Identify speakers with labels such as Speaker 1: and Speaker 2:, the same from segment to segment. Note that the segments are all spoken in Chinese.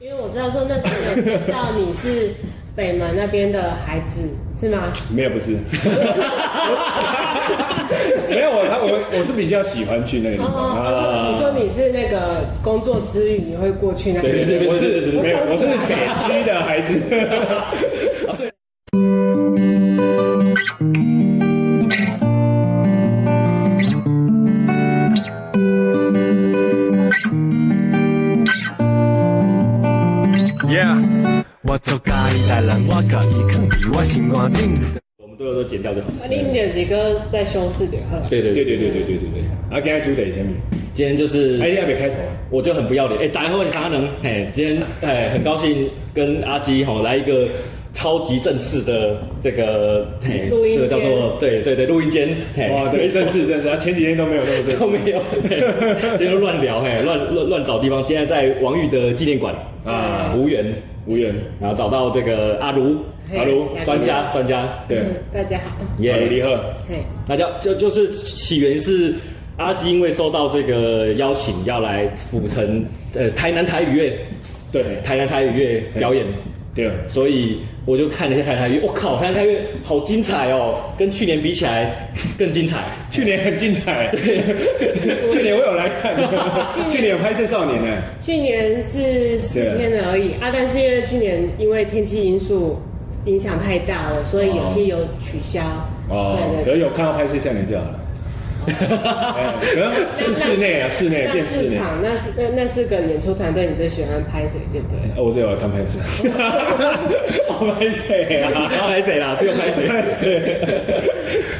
Speaker 1: 因为我知道说那时候有介绍你是北门那边的孩子是 吗？
Speaker 2: 没有，不是，没有我他我我是比较喜欢去那个啊
Speaker 1: 哦
Speaker 2: 地方
Speaker 1: 哦，你说你是那个工作之旅，你会过去那
Speaker 2: 对
Speaker 1: 边？
Speaker 2: 对对，我是
Speaker 1: 我
Speaker 2: 没有，
Speaker 1: 想
Speaker 2: 我
Speaker 1: 起
Speaker 2: 是
Speaker 1: 来
Speaker 2: 北区的孩子。
Speaker 3: Yeah，我做介大人，我甲伊藏伫我心肝顶。
Speaker 2: 我们都有都剪掉就好。
Speaker 1: 你就是个在修饰的，
Speaker 4: 对对
Speaker 2: 对
Speaker 4: 对
Speaker 2: 对
Speaker 4: 对
Speaker 2: 对
Speaker 4: 对，
Speaker 2: 对对对对，啊，刚才主得前面，
Speaker 4: 今天就是
Speaker 2: 哎，要不要开头啊？
Speaker 4: 我就很不要脸，哎、打开后他能，哎，今天哎很高兴跟阿基吼、来一个超级正式的这个，嘿
Speaker 1: 录音
Speaker 4: 这个叫做对对对录音间，哎嘿
Speaker 2: 哇，对，正 式正式，啊，前几天都没有那么正
Speaker 4: 都
Speaker 2: 式
Speaker 4: 没有，嘿今天都乱聊，嘿，乱乱乱找地方，现在在王玉的纪念馆
Speaker 2: 啊
Speaker 4: 啊，无缘，
Speaker 2: 无缘，
Speaker 4: 然后找到这个阿如，
Speaker 1: 嘿
Speaker 4: 阿如
Speaker 1: 阿如
Speaker 4: 专家专家，
Speaker 2: 对，
Speaker 1: 嗯大家好，
Speaker 4: 耶
Speaker 2: 耶，卢啊立赫，
Speaker 1: 嘿，
Speaker 4: 那叫就就是起源是阿基因为收到这个邀请要来府城呃台南台语乐，
Speaker 2: 对
Speaker 4: 台南台语乐表演，
Speaker 2: 对，
Speaker 4: 所以我就看了一下台南台语乐，我、靠，台南台语乐好精彩哦，跟去年比起来更精彩。
Speaker 2: 去年很精彩， 去年我有来 看，去年有拍摄少年呢，
Speaker 1: 去年是四天而已啊，但是因为去年因为天气因素影响太大了，所以有些有取消。
Speaker 2: 哦，
Speaker 1: 对
Speaker 2: 可
Speaker 1: 对
Speaker 2: 能有看到拍摄少年就好了，哎可能是室内啊，室内
Speaker 1: 那
Speaker 2: 变室
Speaker 1: 四
Speaker 2: 内，
Speaker 1: 场，那四那那四个演出团队，你最喜欢拍谁？对不对？
Speaker 2: 哦，我最有看拍摄，我拍谁啊？
Speaker 4: 拍谁啦？只有拍谁？
Speaker 2: 拍谁？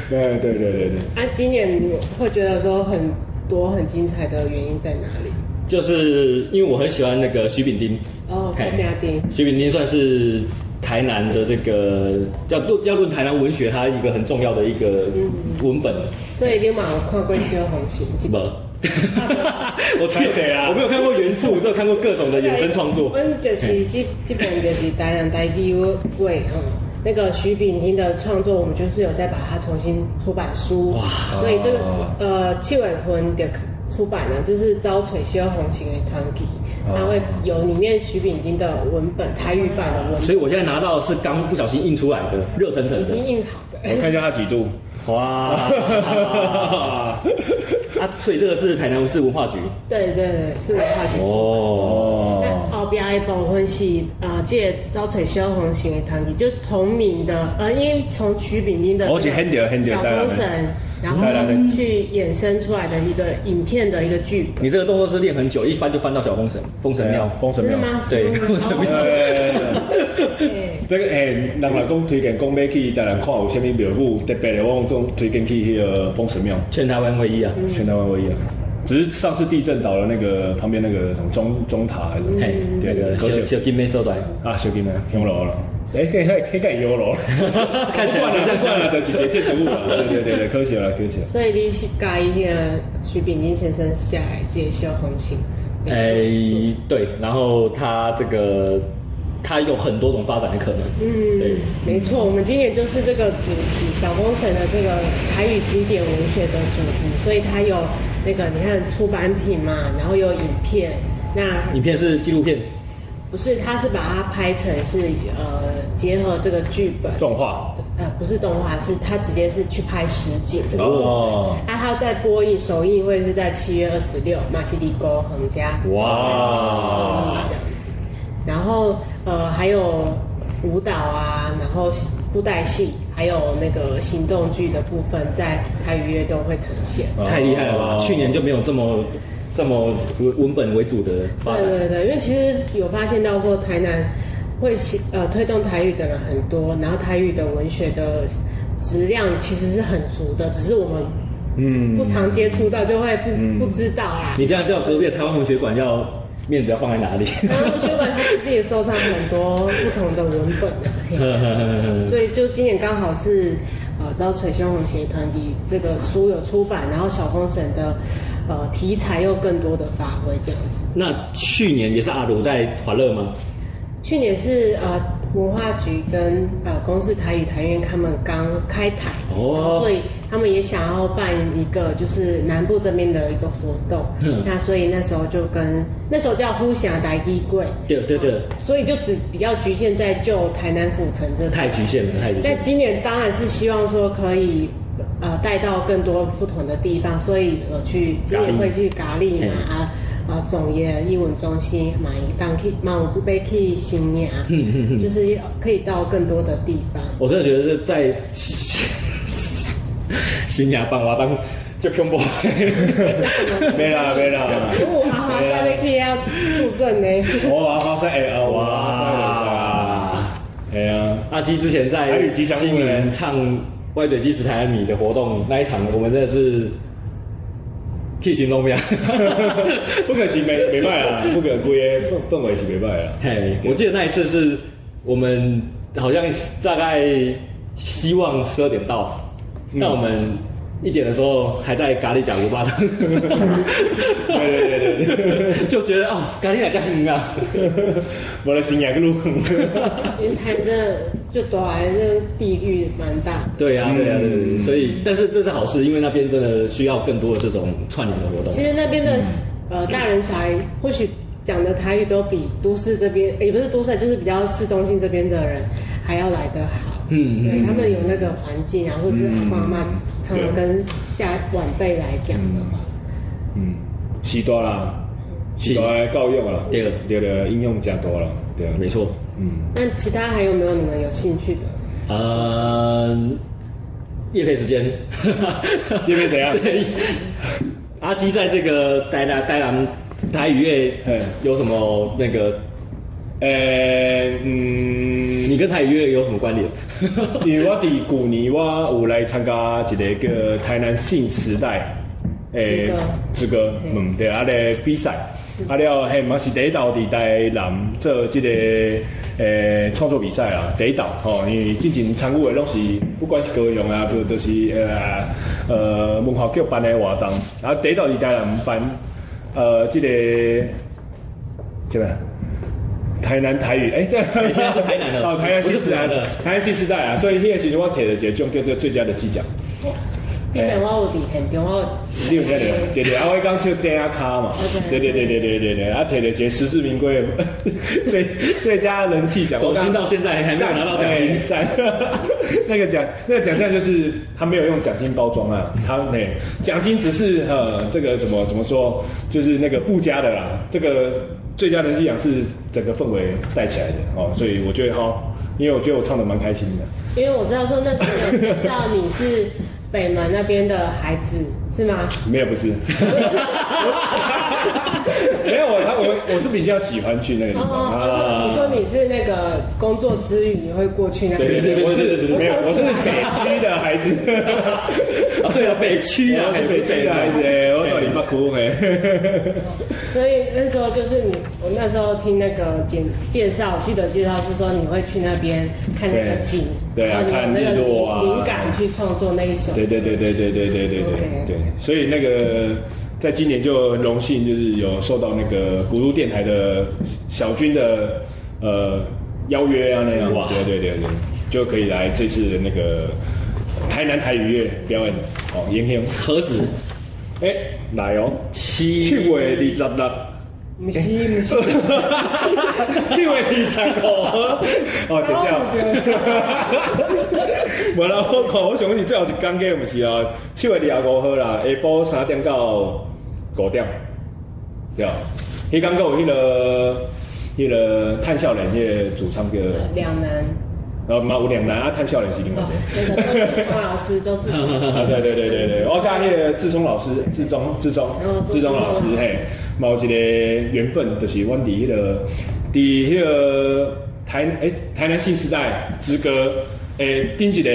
Speaker 2: 对对对对对。
Speaker 1: 啊，今年你会觉得说很多很精彩的原因在哪里？
Speaker 4: 就是因为我很喜欢那个徐炳丁，
Speaker 1: 哦，
Speaker 4: 嘿
Speaker 1: 郭苗丁，
Speaker 4: 徐炳丁算是台南的这个要论要论台南文学，它一个很重要的一个文本。
Speaker 1: 所以你嘛有看过《修红 行》基
Speaker 4: 不
Speaker 1: 本，
Speaker 4: 我
Speaker 2: 猜谁啊
Speaker 4: 我没有看过原著，我只有看过各种的衍生创作。
Speaker 1: 阮就是基基本就是台南台语位吼。那个徐炳婷的创作，我们就是有再把它重新出版书，哇！所以这个
Speaker 4: 哦
Speaker 1: 呃气尾魂的出版呢，这是招水修红行的团体，
Speaker 4: 哦
Speaker 1: 它会有里面徐炳婷的文本台语版的文
Speaker 4: 所以我现在拿到的是刚不小心印出来的，热腾腾
Speaker 1: 本，已经
Speaker 4: 的。
Speaker 1: 印好的。
Speaker 2: 我看一下它几度。
Speaker 4: 哇！ 啊，所以这个是台南市文化局。
Speaker 1: 对对对，是文化局出版。
Speaker 2: 哦，
Speaker 1: 那后边的部分是呃，这个招水萧红型的团体，就同名的，呃，因为从曲炳丁的
Speaker 2: 哦是 handle- handle
Speaker 1: 小
Speaker 2: 带来的
Speaker 1: 公神，然后
Speaker 2: 带来的
Speaker 1: 去衍生出来的一个影片的一个剧本，
Speaker 4: 你这个动作是练很久，一翻就翻到小风神，风神庙。
Speaker 2: 啊封神
Speaker 1: 真的
Speaker 2: 庙。
Speaker 1: 吗？
Speaker 4: 对
Speaker 1: 是吗
Speaker 4: 什么意思
Speaker 2: 呃，
Speaker 1: 哦对
Speaker 2: 这个诶，人来讲推荐讲要去带人看有啥物庙宇，特别的我讲推荐去迄个封神庙，
Speaker 4: 全台湾唯一
Speaker 1: 嗯
Speaker 4: 啊！
Speaker 2: 全台湾唯一啊。只是上次地震倒了那个旁边那个什么钟钟塔还是什么，
Speaker 4: 嘿，那个小小金妹收短，
Speaker 2: 啊，小弟们，听楼了，哎，可以可以可以改油楼了，
Speaker 4: 看起来
Speaker 2: 惯
Speaker 4: 不
Speaker 2: 了
Speaker 4: 像
Speaker 2: 惯了的几节建筑物了，对对对对，科学了科学了。
Speaker 1: 所以你是改那个徐炳丁先生下来这个萧红型，
Speaker 4: 哎，对，然后它这个它有很多种发展的可能。
Speaker 1: 嗯，
Speaker 4: 对，
Speaker 1: 没错，我们今年就是这个主题“小公神”的这个台语经典文学的主题，所以它有那个你看出版品嘛，然后有影片，那
Speaker 4: 影片是纪录片，
Speaker 1: 不是它是把它拍成是呃结合这个剧本，
Speaker 2: 动画
Speaker 1: 呃不是动画，是它直接是去拍实景的。
Speaker 2: 哦，
Speaker 1: 啊，还有在播映首映会是在七月二十六，马西利沟横家。嗯
Speaker 4: 哇
Speaker 1: 这样子。然后呃，还有舞蹈啊，然后布袋戏，还有那个行动剧的部分，在台语乐都会呈现。
Speaker 4: 太厉害了吧！
Speaker 2: 哦
Speaker 4: 去年就没有这么这么文文本为主的发
Speaker 1: 对对
Speaker 4: 展。
Speaker 1: 对，因为其实有发现到说，台南会喜呃推动台语的人很多，然后台语的文学的质量其实是很足的，只是我们嗯不常接触到，就会不、不知道啦。
Speaker 4: 嗯你这样叫隔壁的台湾文学馆要面子要放在哪里？
Speaker 1: 然后学馆它其实也收藏很多不同的文本啊， 嘿所以就今年刚好是呃招水宣红协团体这个书有出版，然后小公神的呃题材又更多的发挥这样子。
Speaker 4: 那去年也是阿鲁在团乐吗？
Speaker 1: 去年是呃文化局跟呃公司台语台院他们刚开台，
Speaker 4: 哦
Speaker 1: 然后所以他们也想要办一个就是南部这边的一个活动，
Speaker 4: 嗯
Speaker 1: 那所以那时候就跟那时候叫呼霞台衣柜，
Speaker 4: 对对对，
Speaker 1: 所以就只比较局限在就台南府城这边
Speaker 4: 太局限了，太局限
Speaker 1: 那
Speaker 4: 了。
Speaker 1: 今年当然是希望说可以呃带到更多不同的地方，所以我去今年会去咖喱嘛啊啊总业艺文中心买一档去，买有被去新年，
Speaker 4: 嗯嗯嗯
Speaker 1: 就是可以到更多的地方。
Speaker 4: 我真的觉得是在 新牙棒啊当就恐 怖。
Speaker 2: 没啦没啦，
Speaker 1: 我阿华山被去要助阵呢，
Speaker 2: 我玩花山哎啊，我玩花山
Speaker 4: 哇
Speaker 2: 哇，！哎啊，
Speaker 4: 阿基之前在
Speaker 2: 台语吉祥物呢
Speaker 4: 新营唱歪嘴鸡死台米的活动那一场，我们真的是替 形容不了。
Speaker 2: 不可惜没没卖啦，不可贵的氛氛围是没卖啦。
Speaker 4: 嘿，我记得那一次是我们好像大概希望十二点到，
Speaker 2: 嗯
Speaker 4: 但我们一点的时候还在咖喱甲五八汤，
Speaker 2: 对对对对
Speaker 4: 就觉得哦，咖喱甲加很 啊，
Speaker 2: 我的新雅个路，
Speaker 1: 云台真的就多还是地域蛮大。
Speaker 4: 对呀、啊、对呀、啊、对、对
Speaker 2: 嗯
Speaker 4: 对所以但是这是好事，因为那边真的需要更多的这种串联的活动
Speaker 1: 其。实那边的呃大人小孩或许讲的台语都比都市这边也不是都市啊，就是比较市中心这边的人还要来得好。
Speaker 4: 嗯嗯
Speaker 1: 对
Speaker 4: 嗯
Speaker 1: 他们有那个环境啊，或者是阿公阿妈常常跟下晚辈来讲的话，
Speaker 2: 嗯，是多啦，是多的够用啦，
Speaker 4: 对
Speaker 2: 对对，应用加多啦，对，
Speaker 4: 没错，
Speaker 2: 嗯，
Speaker 1: 那其他还有没有你们有兴趣的？
Speaker 4: 呃，夜配 时间，
Speaker 2: 这边怎样？
Speaker 4: 对，阿基在这个呆呆呆南台语
Speaker 2: 嘿
Speaker 4: 乐有什么那个？
Speaker 2: 呃，嗯。
Speaker 4: 你跟台语乐有什 么关联？
Speaker 2: 因为我伫旧年我有来参加一个叫台南新时代诶这个嗯对啊咧比赛，啊了嘿嘛是第一道伫台南做这个诶创作比赛啦，第一道吼，因为之前参与的拢是不管是高雄啊，不就是呃呃文化局办的活动，啊第一道伫台南办呃这个什么？台南台语，哎、对，
Speaker 4: 现在是台南的
Speaker 2: 哦，台南新时代
Speaker 4: 不是台南的，
Speaker 2: 台南新时代啊，所以迄个时阵我摕着一个奖叫做最佳的技奖，
Speaker 1: 你们我有底很中，我有
Speaker 2: 你有听着？对对，啊，我刚唱这啊卡嘛
Speaker 1: OK，
Speaker 2: 对对对对对对对，啊，摕着一个实至名归的最最佳人气奖，
Speaker 4: 走心到现在还没有拿到奖金，
Speaker 2: 赞，哎 那个奖那个奖项就是他没有用奖金包装啊，他哎奖金只是呃这个怎么怎么说，就是那个附加的啦，这个最佳人气奖是整个氛围带起来的哦，所以我觉得哈，因为我觉得我唱的蛮开心的。
Speaker 1: 因为我知道说那时候有介绍你是北门那边的孩子是吗？
Speaker 2: 没有，不 是。没有我，他我我是比较喜欢去那个地
Speaker 1: 哦
Speaker 2: 方。啊
Speaker 1: 哦，你说你是那个工作之余你会过去那边？
Speaker 2: 对对对，我是
Speaker 4: 对对对对
Speaker 2: 没有，我是北区 的孩子。
Speaker 4: 啊，对啊，北区啊，
Speaker 2: 我是北区的孩子，哎我到你不哭没？
Speaker 1: 所以那时候就是你，我那时候听那个简介绍，记得介绍是说你会去那边看那个景，
Speaker 2: 对对
Speaker 1: 然
Speaker 2: 啊
Speaker 1: 后你有
Speaker 2: 看
Speaker 1: 那个
Speaker 2: 日落啊
Speaker 1: 灵感去创作那一首。
Speaker 2: 对对对对对对对对对
Speaker 1: OK
Speaker 2: 对，所以那个在今年就很荣幸就是有受到那个古都电台的小军的呃邀约啊那样，
Speaker 4: 哇
Speaker 2: 对对对对，就可以来这次的那个台南台语乐表演哦，演演。
Speaker 4: 何时？
Speaker 2: 哎、来哦，
Speaker 4: 七
Speaker 2: 七月二十六，
Speaker 1: 不是不是，
Speaker 2: 七月二十五，哦，剪掉。无啦，我看我想是最后一天计毋是啊，七月二十五号啦，下晡三点到五点，对啊。迄天够有迄、个迄、个探少年迄个主唱叫，
Speaker 1: 两难。
Speaker 2: 然后嘛有两男啊，探少年是另外一
Speaker 1: 哦
Speaker 2: 个。，
Speaker 1: 那个周志聪老师，周志聪老
Speaker 2: 啊，
Speaker 1: 师，
Speaker 2: 对对对对对，我甲迄个志忠老师，志忠志忠
Speaker 1: 嗯
Speaker 2: 志忠老
Speaker 1: 志
Speaker 2: 师
Speaker 1: 忠老师
Speaker 2: 嘿，嘛有一个缘分，就是阮伫迄个伫迄个台诶、台南新时代之歌诶顶一个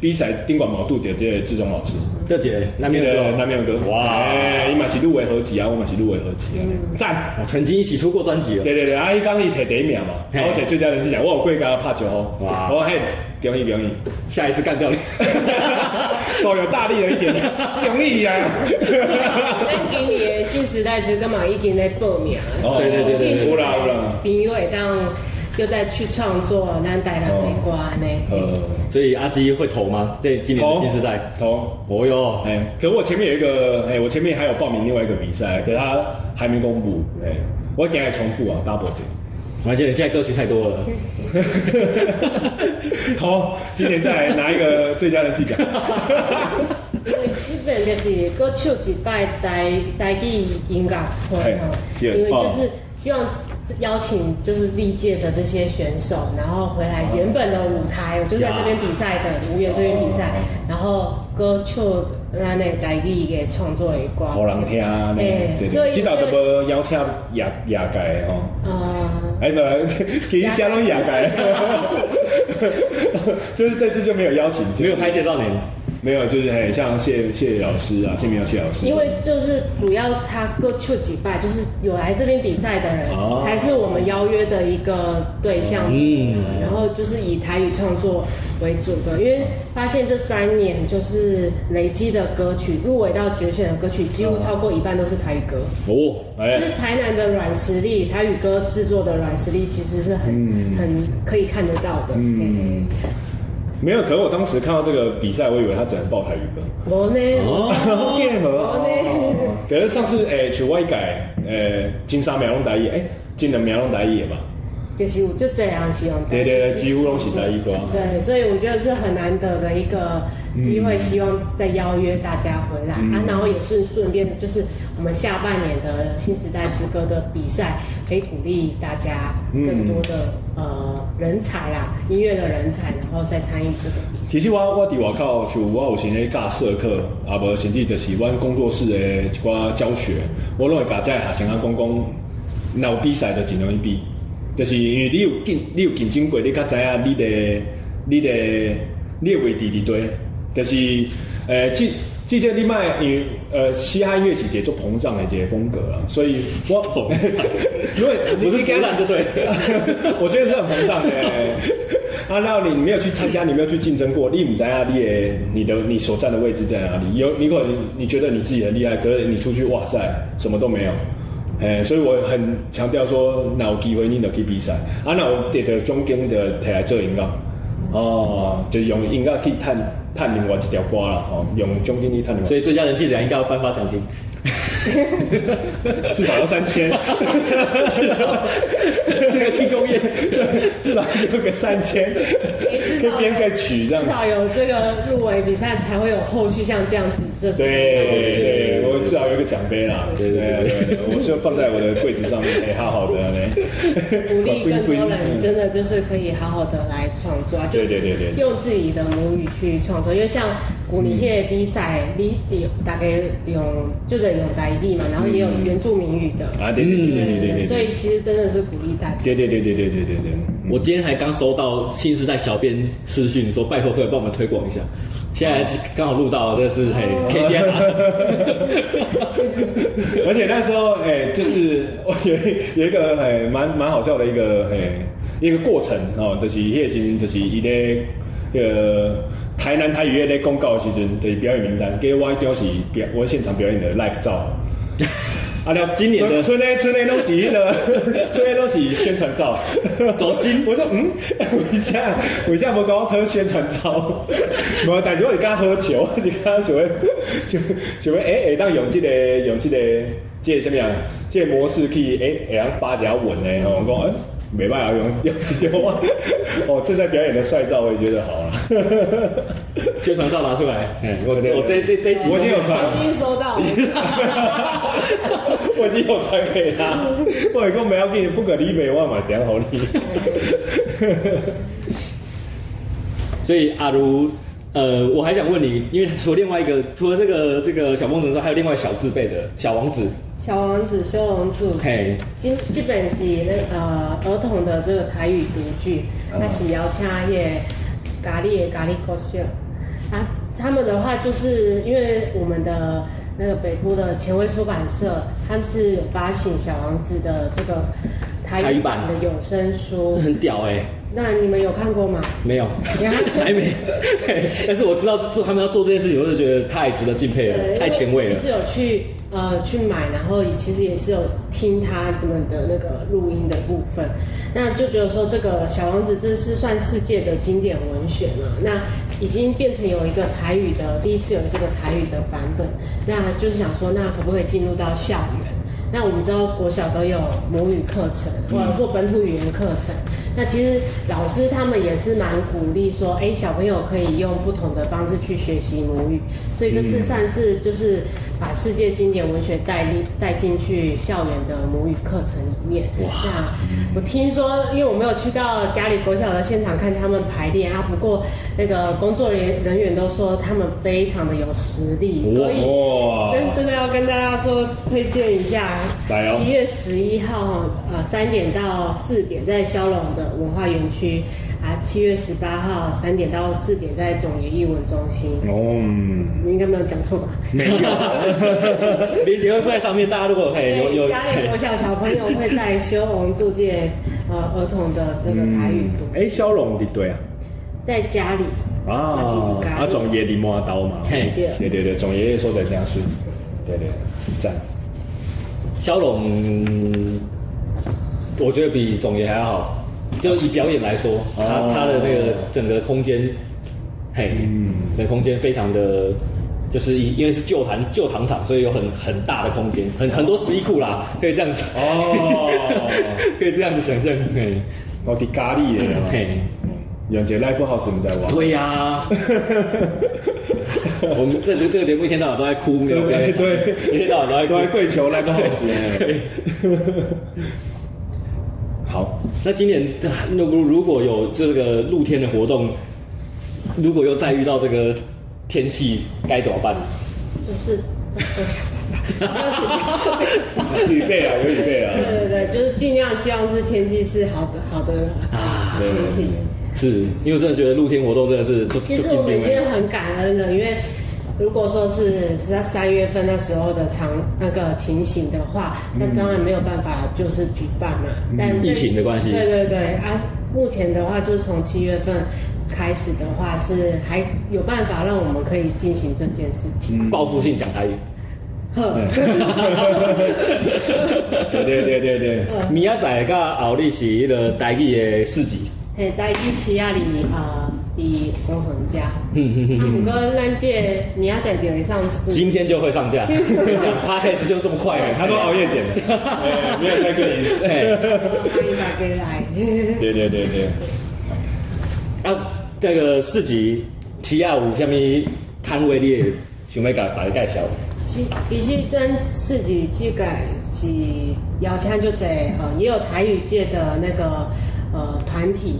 Speaker 2: 比赛顶管毛拄着即个志忠老师，
Speaker 4: 六姐那
Speaker 2: 那
Speaker 4: 边有
Speaker 2: 个
Speaker 4: 个
Speaker 2: 那边有歌
Speaker 4: 哇
Speaker 2: 诶，伊嘛是入围合集啊，我嘛是入围合集啊，赞。
Speaker 4: 我曾经一起出过专辑了。
Speaker 2: 对对对，啊，伊讲伊摕第一名嘛，
Speaker 4: 嗯嘿
Speaker 2: 啊，我摕最佳人气奖，我有过甲拍球吼，
Speaker 4: 哇
Speaker 2: 哦我嘿，恭喜 恭喜，
Speaker 4: 下一次 干掉你。
Speaker 2: 手有大力了一 点，恭喜啊！
Speaker 1: 咱今年新时代之歌嘛已经在报名了，啊
Speaker 2: 哦
Speaker 1: 所以
Speaker 4: 对对对对对
Speaker 1: 一直
Speaker 2: 有啦有啦
Speaker 1: 朋友会当又再去创作咱台南的歌呢。
Speaker 2: 呃，
Speaker 4: 所以阿基会投吗？这今年的新时代，
Speaker 2: 投。
Speaker 4: 哦哟，
Speaker 2: 哎、可我前面有一个，哎、我前面还有报名另外一个比赛，可是他还没公布。哎、我给他重复啊，double
Speaker 4: 而且你现在歌曲太多了，
Speaker 2: 对。好，今年再来拿一个最佳人气奖。
Speaker 1: 因为基本就是搁唱一摆台台语音乐会吼，
Speaker 2: 嘿哦
Speaker 1: 因为就是希望邀请就是历届的这些选手，然后回来原本的舞台，我就是在这边比赛的，无缘这边比赛，
Speaker 2: 哦
Speaker 1: 然后搁唱咱的台语的创作的歌，
Speaker 2: 好人听呢，
Speaker 1: 嘿
Speaker 2: 对
Speaker 1: 所
Speaker 2: 对，
Speaker 1: 以
Speaker 2: 这
Speaker 1: 就
Speaker 2: 道都
Speaker 1: 是
Speaker 2: 无邀请亚亚界吼，
Speaker 1: 呃。
Speaker 2: 哎不， 其实加拢亚界，就是这次就没有邀请，就
Speaker 4: 没有拍谢少年，
Speaker 2: 没有，就是很像谢谢老师啊，谢明耀谢老师，
Speaker 1: 因为就是主要他各去几拜，就是有来这边比赛的人，
Speaker 2: 哦
Speaker 1: 才是我们邀约的一个对象。
Speaker 4: 嗯
Speaker 1: 嗯，然后就是以台语创作为主的，因为发现这三年就是累积的歌曲入围到决选的歌曲，几乎超过一半都是台语歌。
Speaker 2: 哦，哎
Speaker 1: 就是台南的软实力，台语歌制作的软实力其实是很、
Speaker 2: 嗯
Speaker 1: 很可以看得到的。嗯，
Speaker 2: 没有，可是我当时看到这个比赛，我以为他只能报台语歌。
Speaker 1: 我呢，
Speaker 2: 哦，变合
Speaker 1: 哦
Speaker 2: 哦。可是上次诶，去外改诶，金沙苗龙台语，诶，金能苗龙台语嘛，
Speaker 1: 就是有就这样希望。
Speaker 2: 对对对，几乎拢是台语歌。
Speaker 1: 对，所以我觉得是很难得的一个机会，希望再邀约大家回来、啊，然后也是顺便就是我们下半年的新时代之歌的比赛，可以鼓励大家更多的、呃人才啦，音乐的人才，然后再参与这个比赛。
Speaker 2: 其实我我伫外口，就我有时咧教社课，啊无甚至就是阮工作室诶一寡教学，我拢会甲遮学生仔讲讲，若有比赛就尽量去比，就是因为你有竞你有竞争过，你较知影你的你的你的位置伫对，就是诶即。即这你卖，因为呃，嘻哈音乐是一个做膨胀的一个风格啊，所以我 因为
Speaker 4: 不是
Speaker 2: 你
Speaker 4: 给烂就对了，
Speaker 2: 我觉得是很膨胀的。啊，那你没有去参加，你没有去竞争过，你不在哪里的，你的你所站的位置在哪里？有你可能你觉得你自己很厉害，可是你出去哇塞，什么都没有。哎、所以我很强调说，那有机会你就去比赛，啊，那有得到奖金的摕来做音乐，哦，就是用音乐去探探另外一条歌啦，哦，用奖金去探另外一条歌。
Speaker 4: 所以最佳人气奖应该要颁发奖金，
Speaker 2: 至少要三千，至少是个庆功宴，至少有个三千，
Speaker 1: 至
Speaker 2: 可以
Speaker 1: 少
Speaker 2: 编个曲这样
Speaker 1: 至。少有这个入围比赛，才会有后续像这样子这次
Speaker 2: 对对，我至少有个奖杯啦。
Speaker 4: 对对对
Speaker 2: 对，我就放在我的柜子上面，哎，好好的嘞。
Speaker 1: 鼓励更多人真
Speaker 2: 的。
Speaker 1: 的就是可以好好的来创作啊，就
Speaker 2: 嗯对对对对对
Speaker 1: 用自己的母语去创作，因为像鼓励业比赛，你你大概用就是有台语嘛，然后也有原住民语的，
Speaker 2: 啊，对对对对对对对。
Speaker 1: 所以其实真的是鼓励大家。
Speaker 2: 对对对对对对对对。
Speaker 1: 嗯
Speaker 4: 我今天还刚收到新时代小编私讯说，拜托可以帮我们推广一下。现在刚好录到，这是嘿
Speaker 1: 哦
Speaker 4: KPI 达 成。
Speaker 2: 而且那时候，哎、就是我有一有 一个哎，蛮、蛮好笑的一个哎、一个过程哦，就是迄时就是伊咧呃台南台语乐咧公告的时阵，就是表演名单，给我一张是表我现场表演的 live 照。啊，了
Speaker 4: 今年的
Speaker 2: 春内春内都是 那个，春内都是宣传照，
Speaker 4: 走 心
Speaker 2: 我说嗯，我一下我一下没搞喝宣传照， 无，但是我是跟他喝酒， 我是跟他想要想想要哎诶，会当用这个用这个这个什么样，这个模式去诶，会当巴结稳诶，哦吼我讲诶。没办法，用用 这个话，哦，正在表演的帅照，我也觉得好啊了。
Speaker 4: 宣传照拿出来，嗯我
Speaker 2: 对对
Speaker 4: 我这这这一集
Speaker 2: 我已经有传了
Speaker 1: 已经收到，
Speaker 2: 我已经有传给他，我有讲不要紧，不可理美万嘛，点好你。
Speaker 4: 所以阿如，呃，我还想问你，因为除了另外一个，除了这个这个小风筝之外，还有另外小字辈的小王子，
Speaker 1: 小王子、修容组，
Speaker 4: 嘿，
Speaker 1: 基基本是那呃儿童的这个台语读剧，那是要请迄个咖喱的咖喱歌手啊。他们的话就是因为我们的那个北部的前卫出版社，他们是有发行《小王子》的这个台
Speaker 4: 台
Speaker 1: 语
Speaker 4: 语
Speaker 1: 版啊
Speaker 4: 版
Speaker 1: 的有声书，
Speaker 4: 很屌哎、
Speaker 1: 那你们有看过吗？
Speaker 4: 没有， 还没，嘿但是我知道做他们要做这件事情，我就觉得太值得敬佩了，
Speaker 1: 对
Speaker 4: 太前卫了
Speaker 1: 就。是有去呃去买，然后也其实也是有听他们的那个录音的部分，那就觉得说这个《小王子》这是算世界的经典文学嘛，那已经变成有一个台语的第一次有这个台语的版本，那就是想说，那可不可以进入到校园？那我们知道国小都有母语课程，或或本土语言课程。那其实老师他们也是蛮鼓励说，哎，小朋友可以用不同的方式去学习母语。所以这次算是就是把世界经典文学带进带进去校园的母语课程里面。那我听说，因为我没有去到家里国小的现场看他们排练啊，不过那个工作人员人员都说他们非常的有实力，所以
Speaker 2: 哇，
Speaker 1: 真真的要跟大家说，推荐一下
Speaker 2: 哦来哦，
Speaker 1: 七月十一号，呃，三点到四点在骁龙的文化园区，啊，七月十八号三点到四点在总研艺文中心，
Speaker 2: 哦，嗯
Speaker 1: 你应该没有讲错吧？
Speaker 2: 没有，
Speaker 4: 林杰会附在上面，大家如果可 以有有
Speaker 1: 家里国小小朋友会带修红助借呃儿童的这个台语读，
Speaker 2: 哎，小龙的对啊，
Speaker 1: 在家里那是
Speaker 2: 啊
Speaker 1: 不，该
Speaker 2: 啊，总爷的摸刀嘛，
Speaker 4: 嘿
Speaker 1: 对
Speaker 2: 对对对，总爷爷说的这样是，对对，赞，
Speaker 4: 骁龙，我觉得比总爷还要好，就以表演来说，他
Speaker 2: 哦
Speaker 4: 他的那个整个空间，嘿，
Speaker 2: 嗯
Speaker 4: 整个空间非常的。就是以因为是旧糖旧糖厂，所以有很很大的空间，很很多十衣库啦，可以这样子
Speaker 2: 哦，
Speaker 4: 可以这样子想象，嘿，
Speaker 2: 我的咖喱的嘛，
Speaker 4: 嘿，
Speaker 2: 嗯，永杰 life house 你在玩，
Speaker 4: 对呀、 我们这这这个节目一天到晚都在哭，没有表演
Speaker 2: 对
Speaker 4: 场
Speaker 2: 对，
Speaker 4: 一天到晚都在哭
Speaker 2: 都在跪求 life house，哎好，
Speaker 4: 那今年如果如果有这个露天的活动，如果又再遇到这个天气，该怎么办？
Speaker 1: 就是 在做小
Speaker 2: 预备啊，有预备啊，
Speaker 1: 对对对，就是尽量希望是天气是好的好的
Speaker 4: 啊
Speaker 1: 天气。
Speaker 4: 是因为我真的觉得露天活动真的是就
Speaker 1: 其
Speaker 4: 就
Speaker 1: 实我
Speaker 4: 一
Speaker 1: 们已
Speaker 4: 定会
Speaker 1: 经很感恩了，因为如果说是是在三月份那时候的长那个情形的话，那当然没有办法就是举办嘛。但
Speaker 4: 疫情的关系
Speaker 1: 对对对啊，目前的话就是从七月份开始的话是还有办法让我们可以进行这件事情。
Speaker 4: 报复性讲台语。
Speaker 1: 呵，
Speaker 2: 对对对对对，
Speaker 4: 明仔载甲后日是迄个台语的市集，
Speaker 1: 嘿，在一起啊里呃里公衡家，
Speaker 4: 嗯嗯
Speaker 1: 啊，不
Speaker 4: 嗯嗯，
Speaker 1: 过咱这明仔载就会上市。
Speaker 4: 今天就会上架，
Speaker 1: 嗯今天就会上 架
Speaker 4: 他开始就这么快啊
Speaker 2: 哎
Speaker 4: 了，
Speaker 2: 他都 熬夜剪的，哎没有在跟你，
Speaker 4: 哎
Speaker 1: 欢迎大家来。
Speaker 2: 对对对对。
Speaker 4: 啊，那个市集七啊亚有下面摊位你会想要甲大家介绍？
Speaker 1: 其其实跟自己这个是邀请就在呃，也有台语界的那个呃团体，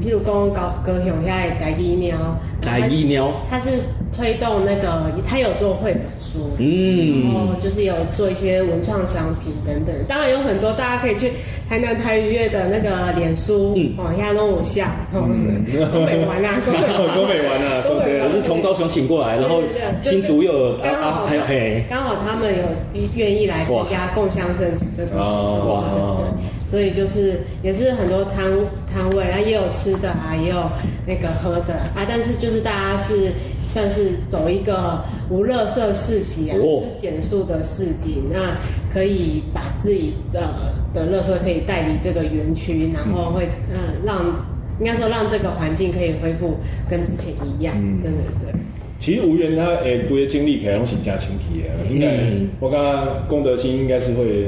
Speaker 1: 譬如讲高高雄遐的台语喵，
Speaker 4: 嗯台语猫
Speaker 1: 它是推动那个，它有做绘本书，
Speaker 4: 嗯
Speaker 1: 然后就是有做一些文创商品等等，当然有很多大家可以去台南台语乐的那个脸书，
Speaker 4: 嗯
Speaker 1: 哦，遐拢有下，哦都没完啊，
Speaker 2: 都没完啊说真的
Speaker 4: 我是从高雄请过来，然后
Speaker 1: 对对对
Speaker 4: 新竹又有啊
Speaker 1: 刚
Speaker 4: 啊，
Speaker 1: 好
Speaker 4: 还有嘿，
Speaker 1: 刚好他们有愿意来参加共襄盛举这个活动，对
Speaker 2: 哦
Speaker 1: 对对，所以就是也是很多摊摊位，啊，也有吃的啊，也有那个喝的啊，但是就是大家是算是走一个无垃圾市集啊，
Speaker 4: 哦
Speaker 1: 就是减速的市集，那可以把自己的的垃圾可以带离这个园区，然后会嗯、让应该说让这个环境可以恢复跟之前一样，
Speaker 4: 嗯
Speaker 1: 对对对。
Speaker 2: 其实无缘他诶，规个经历起来拢是真清气的，应该、
Speaker 4: 嗯
Speaker 2: 我感觉功德心应该是会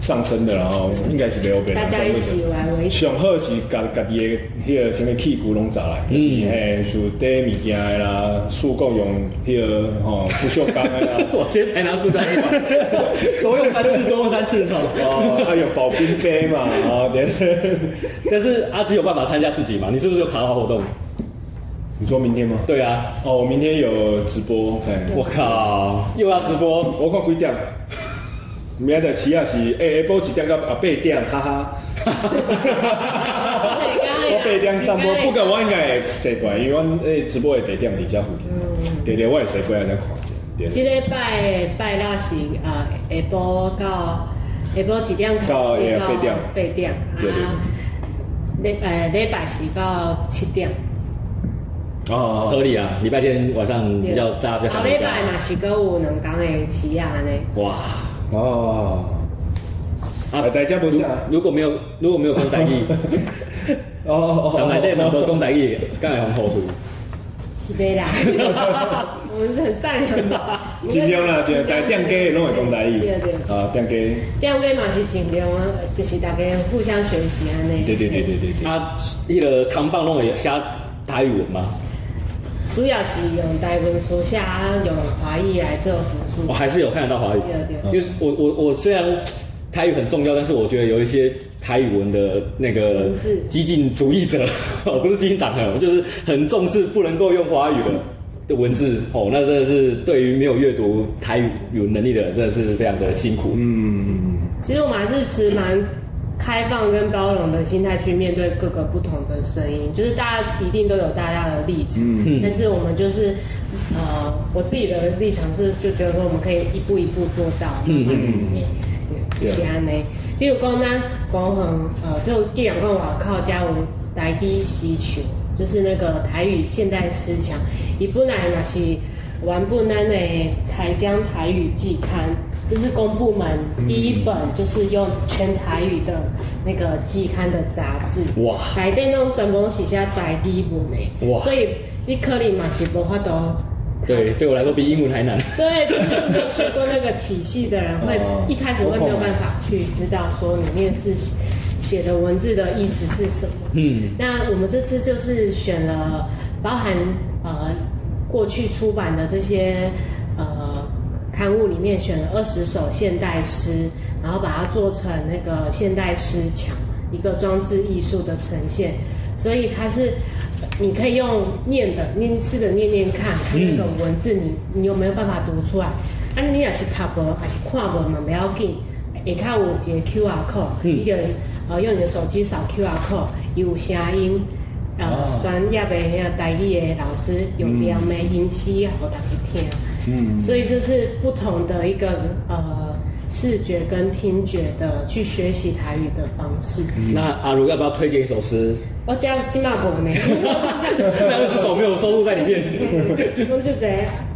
Speaker 2: 上升的啦，然后应该是没有变。
Speaker 1: 大家一起来维持。
Speaker 2: 上好是家家己的迄个什么器具拢找来，就是
Speaker 4: 嗯，
Speaker 2: 嘿，像袋物件的啦，塑胶用迄、个吼不锈钢的啦
Speaker 4: 我今天才拿出来，多用三次，多用三次哈。
Speaker 2: 哦，还有保冰杯嘛，啊，对，
Speaker 4: 但是阿吉有办法参加自己嘛？你是不是有卡好活动？
Speaker 2: 你说明天吗？
Speaker 4: 对啊，
Speaker 2: 哦，我明天有直播，嘿，
Speaker 4: 我靠，又要直播，
Speaker 2: 我看几点？明仔载起啊是诶下晡一点到啊八点，哈哈。
Speaker 1: 哎
Speaker 2: 我八点上播，不过我应该会习惯，因为阮诶直播的地点离遮附近，对对，我会习惯来遮看者。对
Speaker 1: 这
Speaker 2: 对，
Speaker 1: 礼拜的拜六是啊下晡到下晡几点开始？
Speaker 2: 到呃八点
Speaker 1: 八点
Speaker 2: 对对
Speaker 1: 啊。礼拜礼拜是到七点，
Speaker 2: 哦
Speaker 4: 合理啊，礼拜天晚上比较大家比较想
Speaker 1: 后
Speaker 4: 回
Speaker 1: 礼
Speaker 4: 家
Speaker 1: 拜。嘛是搁有两工的起亚呢，
Speaker 4: 哇，
Speaker 2: 哦，啊，大家不
Speaker 4: 如
Speaker 2: 是啊，
Speaker 4: 如果没有如果没有公 仔义，
Speaker 2: 哦哦哦，
Speaker 4: 咱们内嘛说公仔义，刚才红口出。
Speaker 1: 是袂啦，我们是很善良的，
Speaker 2: 尽量啦，就但店家拢会讲台语
Speaker 1: 对对，
Speaker 2: 啊，店家，
Speaker 1: 店家嘛是尽量啊，就是大家互相学习安尼。
Speaker 2: 对对对对对对，
Speaker 4: 啊，迄个扛棒弄会写台语文吗？
Speaker 1: 主要是用台文书写，啊用华语来做辅
Speaker 4: 我
Speaker 1: 助。
Speaker 4: 还是有看得到华语
Speaker 1: 对，啊
Speaker 4: 因
Speaker 1: 对
Speaker 4: 为我我我虽然台语很重要，但是我觉得有一些台语文的那个
Speaker 1: 文字
Speaker 4: 激进主义者， 哦，不是激进党啊，就是很重视不能够用华语的的文字哦，那真的是对于没有阅读台语有能力的人，真的是非常的辛苦。
Speaker 2: 嗯，
Speaker 1: 其实我们还是持蛮开放跟包容的心态去面对各个不同的声音，就是大家一定都有大家的立场，
Speaker 2: 嗯
Speaker 1: 但是我们就是呃，我自己的立场是就觉得说我们可以一步一步做到，
Speaker 4: 嗯嗯
Speaker 1: 嗯嗯，是安尼。比如讲咱讲很呃，就既然讲外口加有台语需求，就是那个台语现代思想，伊本来嘛是原本咱的台江台语季刊，这是公部门第一本，就是用全台语的那个季刊的杂志。
Speaker 4: 哇
Speaker 1: 台顶拢全部拢是写台语文的，
Speaker 4: 哇
Speaker 1: 所以你可能嘛是无法度。
Speaker 4: 对，对我来说比英文还难。
Speaker 1: 对， 就是没有学过那个体系的人会
Speaker 2: 哦
Speaker 1: 一开始会没有办法去知道说里面是写写的文字的意思是什么。
Speaker 4: 嗯，
Speaker 1: 那我们这次就是选了包含呃过去出版的这些呃刊物里面选了二十首现代诗，然后把它做成那个现代诗墙，一个装置艺术的呈现。所以它是你可以用念的，念试着念念看，看那个文字你你有没有办法读出来。啊，你也是读无，还是看无嘛，不要紧。会较有一个 QR code，
Speaker 4: 嗯
Speaker 1: 你就呃用你的手机扫 QR code，它有声音，呃
Speaker 2: 哦，
Speaker 1: 专业的遐台语的老师有念的音诗，给大家听。
Speaker 2: 嗯
Speaker 1: 所以这是不同的一个呃视觉跟听觉的去学习台语的方式。
Speaker 2: 嗯
Speaker 4: 那阿如要不要推荐一首诗？
Speaker 1: 我讲金马国 呢，
Speaker 4: 那二十首没有收录在里面。
Speaker 1: 弄就这，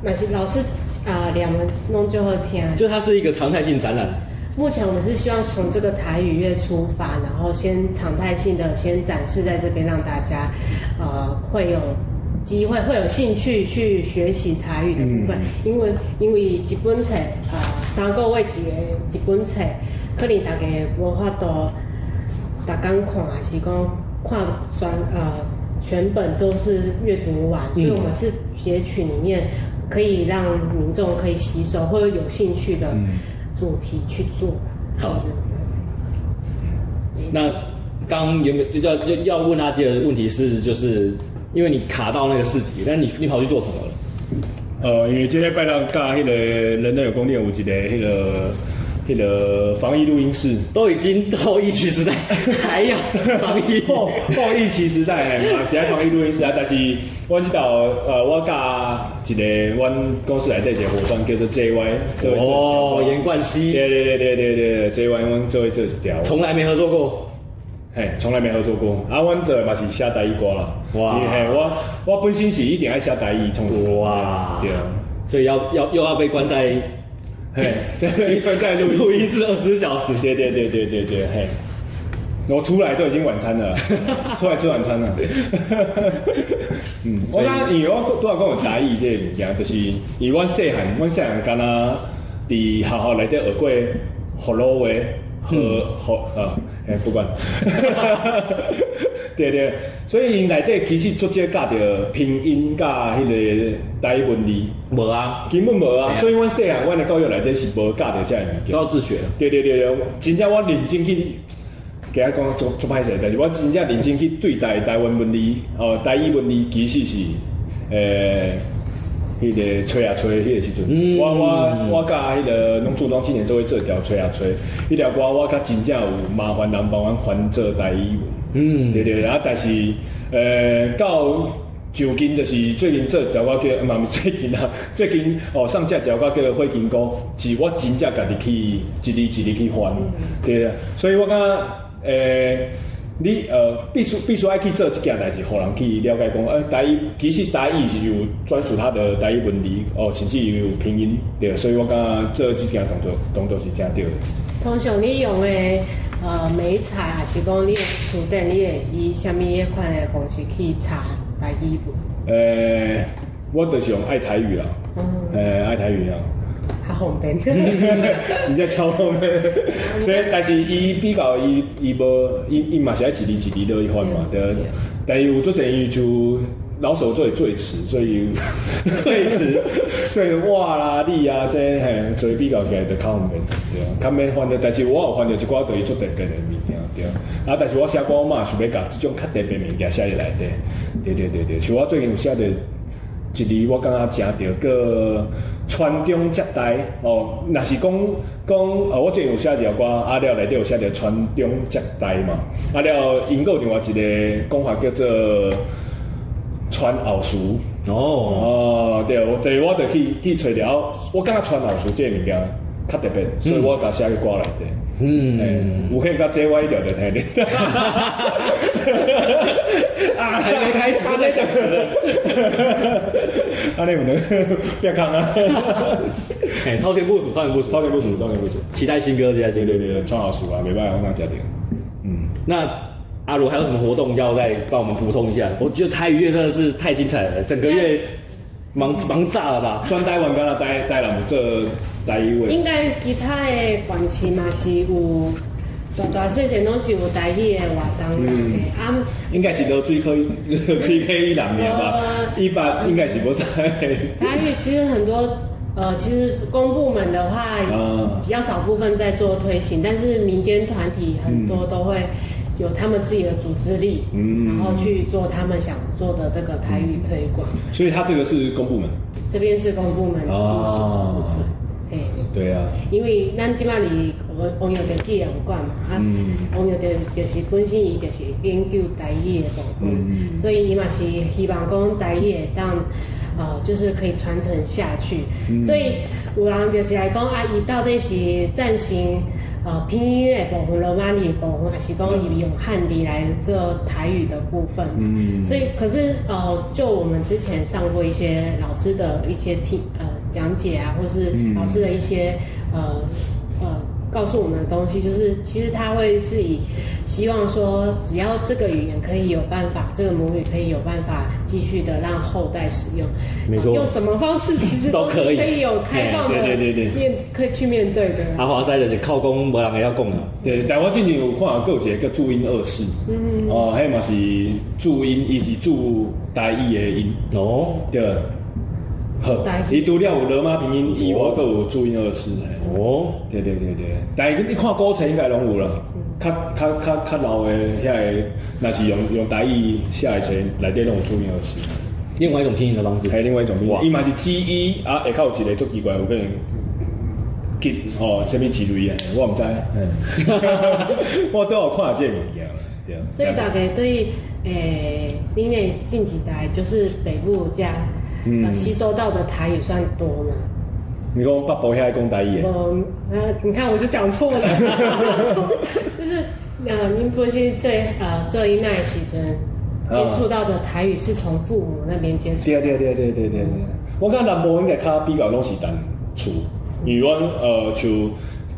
Speaker 1: 那是老师啊，两文弄就会听。
Speaker 4: 就它是一个常态性展览，
Speaker 1: 目前我们是希望从这个台语乐出发，然后先常态性的先展示在这边，让大家呃会有机会会有兴趣去学习台语的部分，因为因为一本册呃三个月一个一本册，可能大家无法度逐工看，还是讲看专呃全本都是阅读完，所以我们是截取里面可以让民众可以吸收或者有兴趣的呃主题去做。
Speaker 4: 好
Speaker 1: 对
Speaker 4: 那刚原本就要就要问阿杰的问题是，就是因为你卡到那个市集，但你你跑去做什么了？
Speaker 2: 呃，因为今天拜六甲迄个人类有宫殿有一个迄个迄个防疫录音室。，
Speaker 4: 都已经后疫情时代， 还要防疫
Speaker 2: 后后疫情时代，嘛是爱防疫录音室啊。但是我知道，呃，我甲一个阮公司内底一个伙伴叫做 JY，做一
Speaker 4: 哦，严冠希
Speaker 2: 对对对对对对，JY 阮做做一条，
Speaker 4: 从来没合作过，
Speaker 2: 嘿，从来没合作过。啊，阮做的嘛是写台语歌啦，
Speaker 4: 哇
Speaker 2: 因为嘿，我我本身是一定爱写台语创作，
Speaker 4: 哇
Speaker 2: 对啊，
Speaker 4: 所以要要又要被关在
Speaker 2: 嘿， 对，一般在录
Speaker 4: 录
Speaker 2: 音
Speaker 4: 音
Speaker 2: 室，
Speaker 4: 室二十四小时。
Speaker 2: 对对对对对对，嘿。我出来都已经晚餐了，出来吃晚餐了。嗯，我刚因为我拄少讲有台语这个物件，就是因为我细汉，我细汉敢若伫学校内底学过葫芦话和和啊，哎、不管。 对对，所以因内底其实足少教着拼音甲迄个台语文字，
Speaker 4: 无啊，
Speaker 2: 根本无啊。
Speaker 4: 对啊
Speaker 2: 所以阮细汉，阮的教育内底是无教着遮个物件
Speaker 4: 都。要自学了。
Speaker 2: 对对对对，真正我认真去，给他讲做做歹势，但是我真正认真去对待台湾文字，哦，台语文字其实是，诶、迄、个吹啊吹，迄个时阵、
Speaker 4: 嗯
Speaker 2: 我我我甲迄个农村庄青年做伙做一条吹啊吹，迄条歌我甲真正有麻烦人帮阮翻做台语文。
Speaker 4: 嗯，
Speaker 2: 对对，啊，但是呃，到最近就是最近这条歌叫，嘛毋是最近啊，最近哦上架一条歌叫《火金菇》，是我真正家己去一字一字去翻，对啊，所以我感觉呃，你呃必须必须爱去做这件代志，互人去了解讲，呃，台语其实台语是有专属它的台语文理哦，甚至有拼音对，所以我感觉做这件动作动作是正对的。
Speaker 1: 通常你用的呃美茶，还是讲你的厝顶，你会以什么迄款的方式去查台语文？
Speaker 2: 诶、我就是用爱台语啦，诶、爱台语啦。
Speaker 1: 较啊方便。
Speaker 2: 真正超方面，所以但是伊比较伊伊无伊伊嘛是爱一字一字落去翻嘛，对
Speaker 1: 对。
Speaker 2: 但是有做者伊就老手做最迟，所以最迟，所以哇啦你啊这嘿，所以比较起来就较方便，对啊。较免翻着，但是我有翻着一寡对伊做特别的物件，对啊。啊，但是我写歌我嘛想要甲即种较特别的物件写入来底，对对对对。像我最近有写着。一字我感觉真对，个川中接待哦，若是讲讲哦，我之前有写一条歌，啊了内底有写着川中接待嘛，啊了因还有另外一个讲法叫做川后事。
Speaker 4: 哦，
Speaker 2: 哦，对，我对我就去去找了，我感觉川老师这个物件较特别，所以我甲写去歌内底。
Speaker 4: 嗯
Speaker 2: 嗯，有可以甲这歪掉的台咧。 啊，
Speaker 4: 还没 开始就在想死了，
Speaker 2: 阿 内不能别看啊，
Speaker 4: 哎，超前部署，超前部署，
Speaker 2: 超前部署，超前部署，
Speaker 4: 期待新歌，期待
Speaker 2: 对
Speaker 4: 新歌
Speaker 2: 对。对，川老师啊，没办法，我那家庭。嗯，
Speaker 4: 那阿如还有什么活动要再帮我们补充一下？我觉得台语乐真的是太精彩了，整个月忙忙炸了吧？
Speaker 2: 专台湾敢若台台南有做台一位
Speaker 1: 应，该其他的县市嘛是有大大细细拢是有台语的活动的，啊，
Speaker 2: 应该是哦落水科落水科一两年吧
Speaker 1: 呃，
Speaker 2: 一般应该是无啥。
Speaker 1: 台语其实很多。呃，其实公部门的话
Speaker 2: 啊，
Speaker 1: 比较少部分在做推行，但是民间团体很多都会有他们自己的组织力，
Speaker 2: 嗯
Speaker 1: 然后去做他们想做的这个台语推广。
Speaker 2: 所以他这个是公部门。
Speaker 1: 这边是公部门的技术的部
Speaker 2: 啊
Speaker 1: 分，嘿、
Speaker 2: 对啊，
Speaker 1: 因为咱即摆离王王友德纪念馆嘛，啊，
Speaker 2: 嗯
Speaker 1: 王友德就是本身伊就是研究台语的部分，所以伊嘛是希望讲台语会当。呃，就是可以传承下去，所以有人就是来讲啊，伊到底是赞成呃拼音的部分、罗马尼的部分，还是讲伊用汉语来做台语的部分？
Speaker 2: 嗯
Speaker 1: 所以可是呃，就我们之前上过一些老师的一些听呃讲解啊，或是老师的一些呃呃告诉我们的东西，就是其实他会是以希望说，只要这个语言可以有办法，这个母语可以有办法继续的让后代使用，
Speaker 4: 没错
Speaker 1: 用什么方式其 实
Speaker 4: 都可以
Speaker 1: 是可以有开放的
Speaker 2: 哎对对对对
Speaker 1: 面可以去面对的。
Speaker 4: 阿华塞就是靠公没人会要讲了。
Speaker 2: 对，但我最近有看到有一个叫注音二世，嗯，哦，迄嘛是注音，伊是注台语的音，
Speaker 4: 哦，
Speaker 2: 对。呵
Speaker 1: 台，语
Speaker 2: 伊除了有罗马拼音，伊我有注音二世。嘿
Speaker 4: 哦，
Speaker 2: 对对对对，但是你看古册应该拢有啦，
Speaker 1: 嗯
Speaker 2: 较较较较老的遐个，若是用用台语写的册，内底拢有注音二世。
Speaker 4: 另外一种拼音的方式
Speaker 2: 还。哎有另外一种名字
Speaker 4: 哇，
Speaker 2: 伊嘛是之一啊，下口有一个足奇怪，有可能吉哦，什物之类的，我毋知，嘿 我都有看到这个物件啦，对啊。
Speaker 1: 所以大概对诶，您的近几代就是北部家，
Speaker 2: 嗯
Speaker 1: 呃，吸收到的台语算多嘛？
Speaker 2: 你讲北部遐讲台语的，
Speaker 1: 嗯，那你看我就讲错了， 讲错就是呃，您不是这呃这一代时阵接触到的台语是从父母那边接触，
Speaker 2: 对啊对啊对啊对啊对啊对啊。我感觉南部应该较比较拢是单厝，因为阮呃像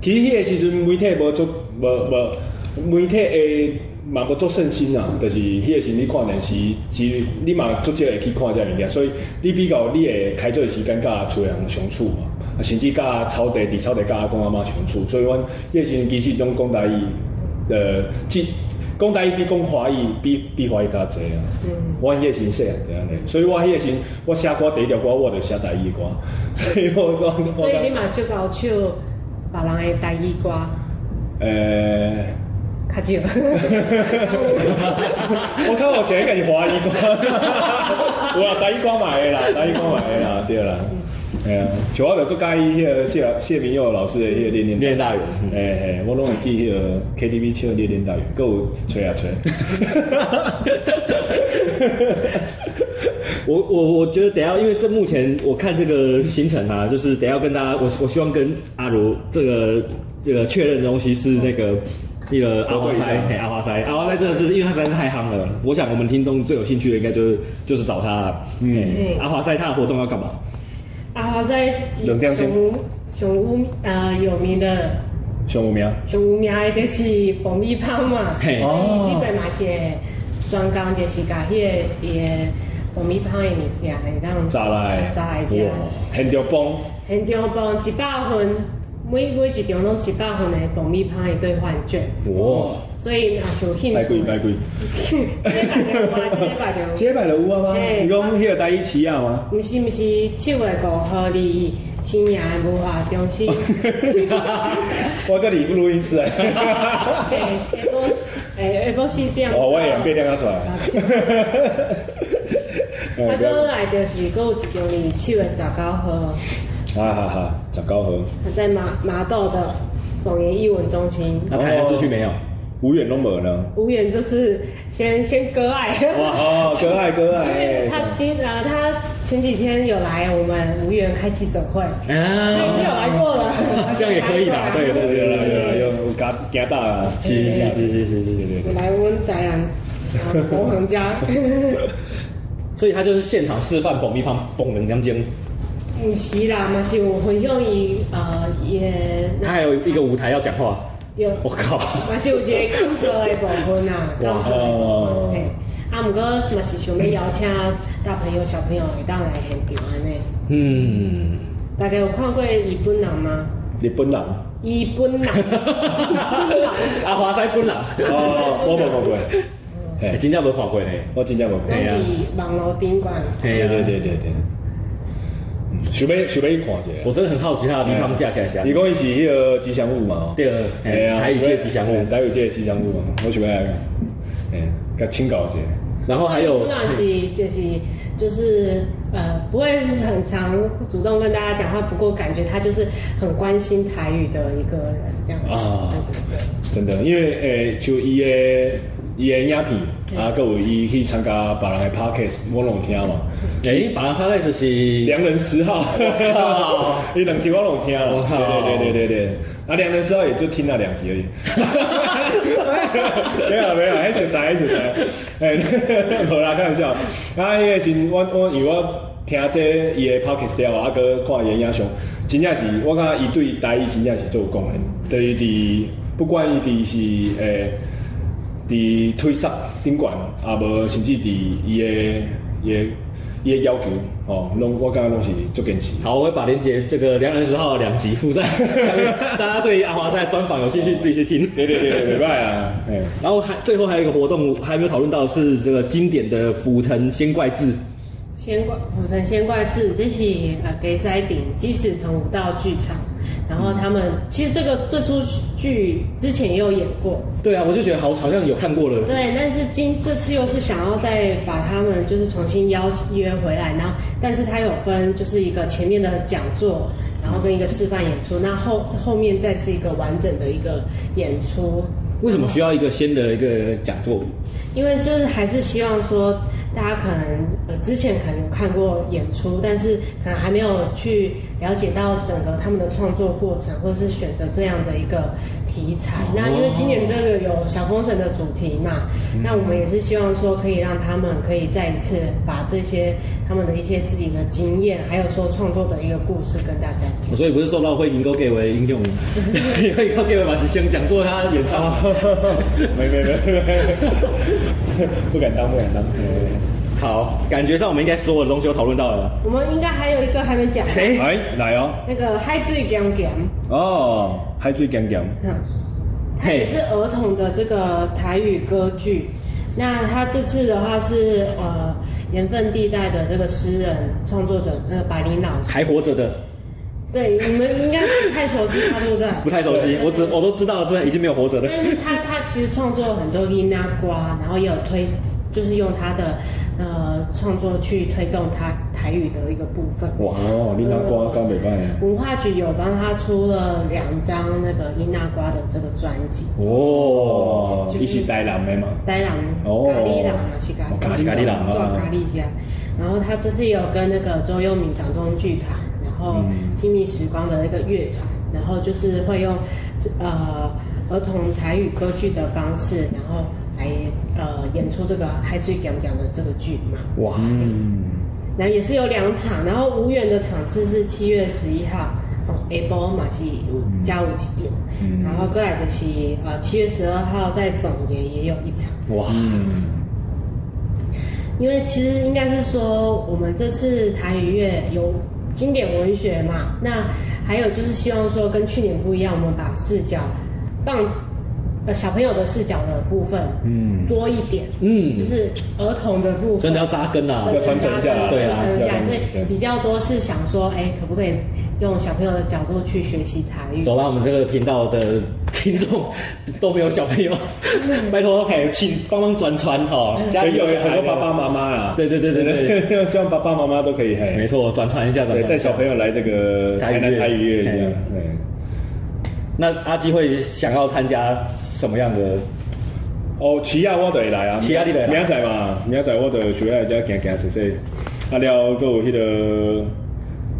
Speaker 2: 其实迄个时阵媒体无足无无媒体诶。嘛无足盛行啊，就是迄个时你看电视，只你嘛足少会去看遮物件，所以你比较你会开做的时间甲厝的人相处嘛，啊甚至甲草地、伫草地甲阿公阿妈相处，所以阮迄个时阵其实拢讲台语，呃，即讲台语比讲华语比比华语较济啊。
Speaker 1: 嗯
Speaker 2: 我迄个时阵细汉就安尼，所以我迄个时阵我写歌第一条歌我就写台语的歌， 所以我我
Speaker 1: 所以你
Speaker 2: 我
Speaker 1: 嘛就搞笑，把人的台语歌
Speaker 2: 呃，
Speaker 1: 较少。
Speaker 2: 我看我写个是华语歌， 有啦，台语歌嘛会啦，台语歌嘛会啦，对啦。哎呀，像我就做介意迄个谢谢明佑老师的迄个练练
Speaker 4: 练大员
Speaker 1: 嗯
Speaker 2: 嘿嘿，我拢会记迄个 KTV 唱练练大员，还有吹 啊吹。
Speaker 4: 我我我觉得等一下，因为这目前我看这个行程 啊，就是等一下要跟大家，我我希望跟阿如这个这个确认的东西是那个那个阿花塞，嘿，阿花塞，阿花塞真的是，因为他实在是太夯了。我想我们听众最有兴趣的应该就是就是找他了。嗯，阿花塞他的活动要干嘛？
Speaker 1: 阿华塞
Speaker 2: 冷掉先
Speaker 1: 熊熊屋啊有名的
Speaker 2: 上有 名，
Speaker 1: 熊屋名的就是爆米芳嘛，所
Speaker 4: 嘿
Speaker 1: 以基本嘛是会专工就是甲迄个呃伊的爆米芳的物件，让
Speaker 2: 炸来，
Speaker 1: 炸来食。
Speaker 2: 哇，现着帮，
Speaker 1: 现场帮一百份，每每一场拢一百份的爆米芳的兑换券，
Speaker 2: 哇，
Speaker 1: 所以若是有兴
Speaker 2: 拜
Speaker 1: 趣
Speaker 2: 贵
Speaker 1: 的，
Speaker 2: 拜贵，
Speaker 1: 这个摆着我，这个摆着
Speaker 2: 几百的有啊吗？
Speaker 1: 嘿
Speaker 2: 你讲迄个台一起啊吗？
Speaker 1: 毋是毋是，七月五号哩，新营的文化中心，
Speaker 2: 我跟你录音室啊，
Speaker 1: 诶，下晡诶下晡四点。
Speaker 2: 哦，我也变亮出来
Speaker 1: 啊。
Speaker 2: 哎
Speaker 1: 啊，
Speaker 2: 不要
Speaker 1: 搁来就是搁有一场哩，七月十九号，
Speaker 2: 哈哈哈，十九河，
Speaker 1: 在麻麻豆的总研艺文中心。
Speaker 4: 那台南市区没有？
Speaker 2: 无远拢无呢。
Speaker 1: 无缘就是先先割爱，
Speaker 2: 哇哦，可爱可
Speaker 1: 因为
Speaker 2: 爱。
Speaker 1: 他今呃他前几天有来我们无缘开记者会，所以已经有来过了，
Speaker 4: 啊这样也可 以啦
Speaker 2: 对对对对对，
Speaker 1: 有
Speaker 2: 有有加加大啦。
Speaker 4: 是是是是是是是。
Speaker 1: 有来温宅兰，啊红行 家。
Speaker 4: 所以他就是现场示范蹦一旁蹦人江间，
Speaker 1: 唔是啦，嘛是有分享伊呃也，
Speaker 4: 他还有一个舞台要讲话。
Speaker 1: 有，
Speaker 4: 我靠！
Speaker 1: 嘛是有一个工作的部分啊啦，工作的部分。嘿啊，毋过嘛是想要邀请大朋友小朋友会当来现场安尼。
Speaker 4: 嗯，
Speaker 1: 大家有看过伊本人吗？
Speaker 2: 日本人。
Speaker 1: 伊本 人，
Speaker 4: 阿华塞本人，
Speaker 2: 哦，我无看过。
Speaker 4: 哎，
Speaker 2: 嘿，
Speaker 4: 真正没看过呢。
Speaker 2: 我真正无
Speaker 1: 咱
Speaker 2: 看。
Speaker 1: 伫网络顶管。
Speaker 4: 哎
Speaker 2: 对啊对对
Speaker 4: 对，
Speaker 2: 对对。嗯想要想要去看一
Speaker 4: 我
Speaker 2: 下。
Speaker 4: 真的很好奇他的地方架起来是哪
Speaker 2: 哎你
Speaker 4: 里。
Speaker 2: 讲伊是迄个吉祥物嘛？哦
Speaker 4: 第二，
Speaker 2: 哎
Speaker 4: 哎
Speaker 2: 呀
Speaker 4: 台语界吉祥
Speaker 2: 对，
Speaker 4: 物
Speaker 2: 台语界吉祥物嘛，我想要来看。哎，甲请教一下。
Speaker 4: 然后还有
Speaker 1: 伊本人是就是就是呃不会很常主动跟大家讲话，不过感觉他就是很关心台语的一个人这样子。
Speaker 2: 啊
Speaker 1: 对对对。
Speaker 2: 真的，因为诶、就伊的伊的影片，
Speaker 4: 哎
Speaker 2: 啊，佮有伊去参加别人的 podcast，我拢有听嘛。
Speaker 4: 哎，把他开始是
Speaker 2: 良人十号
Speaker 4: 靠，
Speaker 2: 伊两集我拢有听
Speaker 4: 我
Speaker 2: 了。
Speaker 4: 靠
Speaker 2: 对对对对对，啊，良人十号也就听了两集而已。没有没有，还是啥还是啥，哎，无啦，开玩笑。啊，迄个时我我因为我听这伊的 podcast 了，啊，佮看伊的影像，真正是我感觉伊对台语真正是做有贡献，对于伫不管伊伫是诶。伫推搡顶悬，啊无甚至伫伊诶伊诶伊诶要求，吼、拢我感觉拢是足坚持。
Speaker 4: 好，我会把连接这个《良人十号》的两集附在下面， 大家对于阿华塞的专访有兴趣自己去听。
Speaker 2: 对对对，袂歹啊，嘿，
Speaker 4: 然后还最后还有一个活动还没有讨论到是这个经典的府城仙怪志，
Speaker 1: 仙怪府城仙怪志，这是呃给塞顶鸡屎藤舞道剧场，然后他们其实这个这出剧之前也有演过，
Speaker 4: 对啊，我就觉得好好像有看过了，
Speaker 1: 对，但是今这次又是想要再把他们就是重新邀约回来，然后但是它有分就是一个前面的讲座，然后跟一个示范演出，那后后面再是一个完整的一个演出，
Speaker 4: 为什么需要一个先的一个讲座？
Speaker 1: 因为就是还是希望说，大家可能呃之前可能有看过演出，但是可能还没有去了解到整个他们的创作过程，或者是选择这样的一个题材。那因为今年这个有小风神的主题嘛，那我们也是希望说可以让他们可以再一次把这些他们的一些自己的经验，还有说创作的一个故事跟大家讲。
Speaker 4: 哦所以不是受到会银沟给为应用，因为给为马是先讲座他演唱。
Speaker 2: 没没没没，不敢当不敢当。嘿
Speaker 4: 好，感觉上我们应该所有的东西都讨论到了。
Speaker 1: 我们应该还有一个还没讲，
Speaker 4: 谁？
Speaker 2: 哎，来哦，
Speaker 1: 那个嗨最 g a m
Speaker 2: 哦，海水咸咸，
Speaker 1: 嗯，它
Speaker 4: 嘿
Speaker 1: 也是儿童的这个台语歌剧。那它这次的话是呃盐分地带的这个诗人创作者呃百灵老师，
Speaker 4: 还活着的
Speaker 1: 对你们应该不太熟悉他，对不对？
Speaker 4: 不太熟悉，我只我都知道，这已经没有活着的。
Speaker 1: 但是他他其实创作很多伊那瓜，然后也有推，就是用他的呃创作去推动他台语的一个部分。
Speaker 2: 哇哦，你那歌讲袂歹啊。
Speaker 1: 文化局有帮他出了两张那个伊那瓜的这个专辑，
Speaker 2: 哦，伊是台南的吗？
Speaker 1: 呆人
Speaker 2: 哦
Speaker 1: 咖喱人嘛是咖喱，
Speaker 2: 哦是咖喱人
Speaker 1: 对啊
Speaker 2: 哦
Speaker 1: 咖喱家。然后他这次也有跟那个周佑明掌中剧团，
Speaker 2: 嗯
Speaker 1: 然后亲密时光的那个乐团，然后就是会用呃儿童台语歌剧的方式，然后来呃演出这个《海最讲讲》的这个剧嘛。
Speaker 2: 哇，
Speaker 1: 那也是有两场，然后无缘的场次是七月十一号，哦，Able 马戏加舞起点，
Speaker 2: 嗯
Speaker 1: 然后过来的是呃七月十二号在总爷也有一场，
Speaker 2: 哇，
Speaker 1: 因为其实应该是说我们这次台语乐有经典文学嘛，那还有就是希望说跟去年不一样，我们把视角放呃小朋友的视角的部分，嗯，多一点，
Speaker 4: 嗯
Speaker 1: 就是儿童的部分，
Speaker 4: 真的要扎根啊
Speaker 1: 对
Speaker 2: 要传承下来
Speaker 1: 对，
Speaker 4: 对啊
Speaker 1: 传承下
Speaker 2: 要
Speaker 1: 来，
Speaker 2: 传承
Speaker 1: 所以
Speaker 2: 对
Speaker 1: 比较多是想说，哎，可不可以用小朋友的角度去学习台语？
Speaker 4: 走吧，我们这个频道的听众都没有小朋友，拜托，哎，请帮忙转传哦，家里
Speaker 2: 嗯有
Speaker 4: 小
Speaker 2: 很
Speaker 4: 孩
Speaker 2: 多
Speaker 4: 的
Speaker 2: 爸爸妈妈啦，
Speaker 4: 对对对对对，
Speaker 2: 对，希望爸爸妈妈都可以
Speaker 4: 没
Speaker 2: 嘿，
Speaker 4: 错，转传一下，转
Speaker 2: 对，
Speaker 4: 传
Speaker 2: 带
Speaker 4: 一下
Speaker 2: 小朋友来这个
Speaker 4: 台
Speaker 2: 台
Speaker 4: 语乐
Speaker 2: 南台语乐一样
Speaker 4: 嘿，
Speaker 2: 对。
Speaker 4: 那阿基会想要参加什么样的？
Speaker 2: 哦，旗啊，我就会来啊，
Speaker 4: 旗仔你就会来
Speaker 2: 明仔载嘛，明仔载我就想要来遮行行踅踅，啊了，还有迄个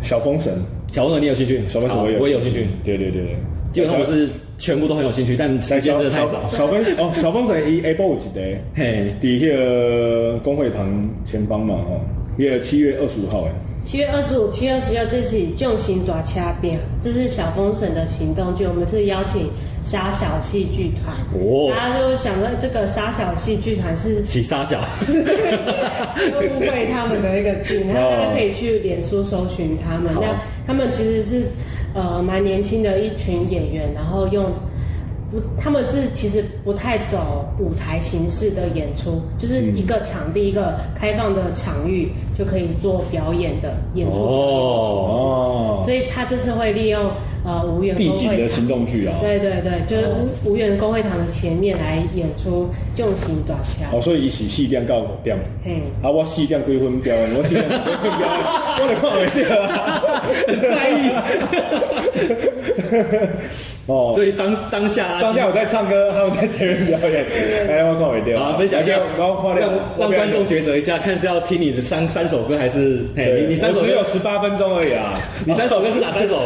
Speaker 2: 小风神，
Speaker 4: 小朋友，你有兴趣？
Speaker 2: 小风神
Speaker 4: 好
Speaker 2: 我有，
Speaker 4: 我也有兴趣。
Speaker 2: 对对对对，
Speaker 4: 基本上我是全部都很有兴趣，但时
Speaker 2: 但
Speaker 4: 间
Speaker 2: 小
Speaker 4: 真的太
Speaker 2: 小
Speaker 4: 少。
Speaker 2: 小风哦，小风神伊下晡有一个，
Speaker 4: 嘿，
Speaker 2: 伫迄个工会堂前方嘛吼，迄、个七月二十五号诶，
Speaker 1: 七月二十五、七月二十六，这是重型短掐变，这是小风神的行动剧。我们是邀请沙小戏剧团，
Speaker 4: 哦
Speaker 1: 大家都想说哎这个沙小戏剧团是
Speaker 4: 喜沙小，
Speaker 1: 都误会他们的那个 剧，然后大
Speaker 2: 哦
Speaker 1: 家可以去脸书搜寻他们。
Speaker 4: 好
Speaker 1: 那他们其实是呃蛮年轻的一群演员，然后用不他们是其实不太走舞台形式的演出，就是一个场地、一个开放的场域就可以做表演的演出表演的形式。
Speaker 2: 哦，
Speaker 1: 所以他这次会利用呃无缘
Speaker 2: 地
Speaker 1: 工
Speaker 2: 景
Speaker 1: 会
Speaker 2: 的
Speaker 1: 堂
Speaker 2: 行，动剧啊，
Speaker 1: 对对对，就是
Speaker 2: 哦
Speaker 1: 无无缘工会堂的前面来演出重型短枪，
Speaker 2: 哦，所以伊是四点到五点。
Speaker 1: 嘿，
Speaker 2: 啊，我四点几分表演，我四点几分表演，我就看袂到啊，
Speaker 4: 在意。
Speaker 2: 哦，
Speaker 4: 所以当当下啊阿基
Speaker 2: 当下我在唱歌，他们在前面表演，哎，我看我掉
Speaker 4: 啊，分享一下，
Speaker 2: 然后看
Speaker 4: 让
Speaker 2: 了
Speaker 4: 让观众抉择一下，看是要听你的三三首歌，还是嘿你你三首
Speaker 2: 只有
Speaker 4: 歌，
Speaker 2: 十八分钟而已啊。
Speaker 4: 你三首歌是哪三 首？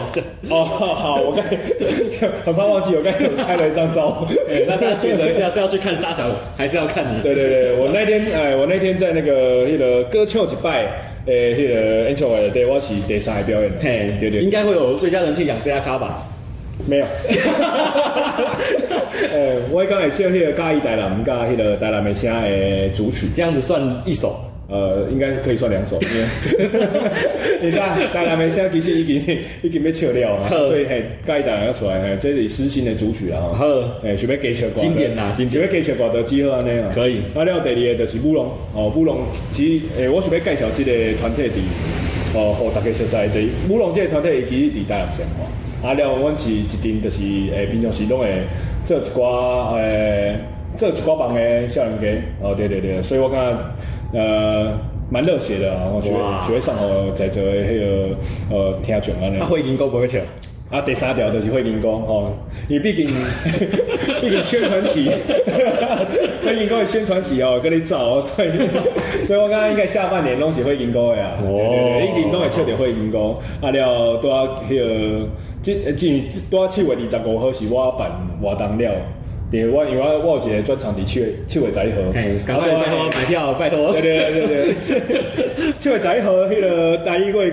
Speaker 2: 哦，好，我刚才 很怕忘记，我刚才有开了一张招。
Speaker 4: 对，那大家抉择一下，是要去看沙小，还是要看 你？
Speaker 2: 对对对，我那天哎，我那天在那个那个歌唱一拜，诶，那个 a n g e l 对，我是第三个表演。
Speaker 4: 嘿，
Speaker 2: 对对，
Speaker 4: 应该会有最佳人气奖最佳咖吧？
Speaker 2: 没有。 诶，我刚才是那个嘉义台南加那个台南的声的主曲。
Speaker 4: 这样子算一首。
Speaker 2: 呃，应该是可以算两 首，因为你看，当然没现在其实已经 已经被撤掉了，
Speaker 4: 好
Speaker 2: 所以嘿，该当然要出来，嘿，这里私心的主曲啊，
Speaker 4: 好
Speaker 2: 哈，哎，准备给小歌，
Speaker 4: 经典啦经典
Speaker 2: 准备给小歌的集合安尼啊，
Speaker 4: 可以
Speaker 2: 啊，了第二个就是舞龙，哦，舞龙，其实诶，我想要介绍这个团体伫，哦，互大家熟悉的舞龙这个团体，伊其实伫台南生活，啊，了，阮是一定就是诶，平常时拢会做一寡诶。做一寡帮的少年家，哦，对对对，所以我感觉呃蛮热血的啊，我学
Speaker 4: 哇
Speaker 2: 学上哦，在这迄个呃听众安尼
Speaker 4: 那。会赢够不会抢？
Speaker 2: 啊，第三条就是会民工哦，因为毕竟 毕竟宣传期， 会民工的宣传期哦，跟你走哦， 所以所以我刚刚应该下半年拢是会民工的啊，
Speaker 4: 哦
Speaker 2: 对对对，一定拢会笑着会民工。啊了，拄啊迄个，即即拄啊七月二十五号是我办活动了，对，我因为我我有一个专场伫七月七月十一号，
Speaker 4: 哎，赶快
Speaker 2: 啊
Speaker 4: 拜托买票，拜托。
Speaker 2: 对对对对对，七月十一号迄个大衣柜有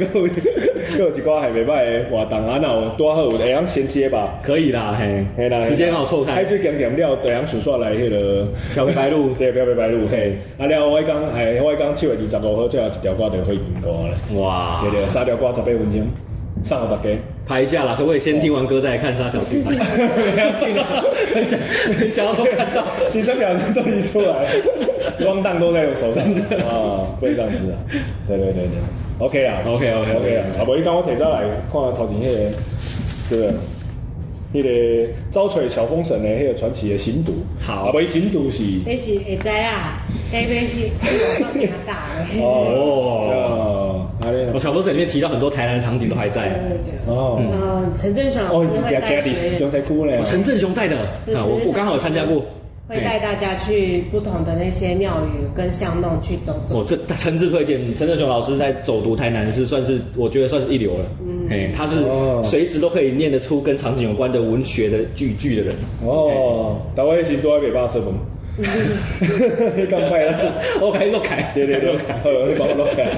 Speaker 2: 还有一寡还袂歹的活动啊，那有多好有会晓衔接吧。
Speaker 4: 可以啦，
Speaker 2: 嘿啦
Speaker 4: 嘿，时间好错开
Speaker 2: 海。水咸咸了，对人想煞来迄个
Speaker 4: 漂白白鹭
Speaker 2: 对，漂白白鹭嘿。啊了，我讲，哎，我讲七月二十五号最后一条歌就会经过了，
Speaker 4: 哇
Speaker 2: 对，对，三条歌十八分钟，送互大家。
Speaker 4: 拍一下啦，可不可以先听完歌再来看沙小剧团？很想很想要都看到。
Speaker 2: 行程表都已出 来了，光档都在我手上啊，不会这样子啊。对对对对，OK 啊
Speaker 4: OK，OK，OK
Speaker 2: OK 啊。啊，无你讲我提早来看头前迄、个，对不对？迄、个招锤小风神的迄个传奇的行毒，
Speaker 4: 好
Speaker 2: 啊，无伊行毒是
Speaker 1: 那是会知啊，那边是我给他打的，
Speaker 2: 哦，啊你
Speaker 4: 我小波神里面提到很多台南场景都还在
Speaker 1: 对。对对。
Speaker 2: 哦
Speaker 1: 嗯，陈振爽
Speaker 2: 哦，
Speaker 1: 老师
Speaker 2: 伊
Speaker 1: 会
Speaker 2: 家
Speaker 1: 带
Speaker 2: 家
Speaker 1: 学
Speaker 2: 伫中
Speaker 1: 员，
Speaker 4: 啊
Speaker 2: 山区咧
Speaker 4: 哦，陈振雄带的，
Speaker 1: 就是
Speaker 4: 啊我我刚好有参加过。
Speaker 1: 会带大家去不同的那些庙宇跟巷弄去走
Speaker 4: 我、
Speaker 1: 走。
Speaker 4: 哦这诚挚推荐陈志雄老师在走读台南是算是我觉得算是一流了，
Speaker 1: 嗯
Speaker 4: 哎、他是
Speaker 2: 哦
Speaker 4: 随时都可以念得出跟场景有关的文学的句句的人。
Speaker 2: 哦，台湾是多北巴社 工，刚坏
Speaker 1: 嗯
Speaker 2: 了，
Speaker 4: 我开洛哦凯，
Speaker 2: 对对对， 好，你帮我弄开。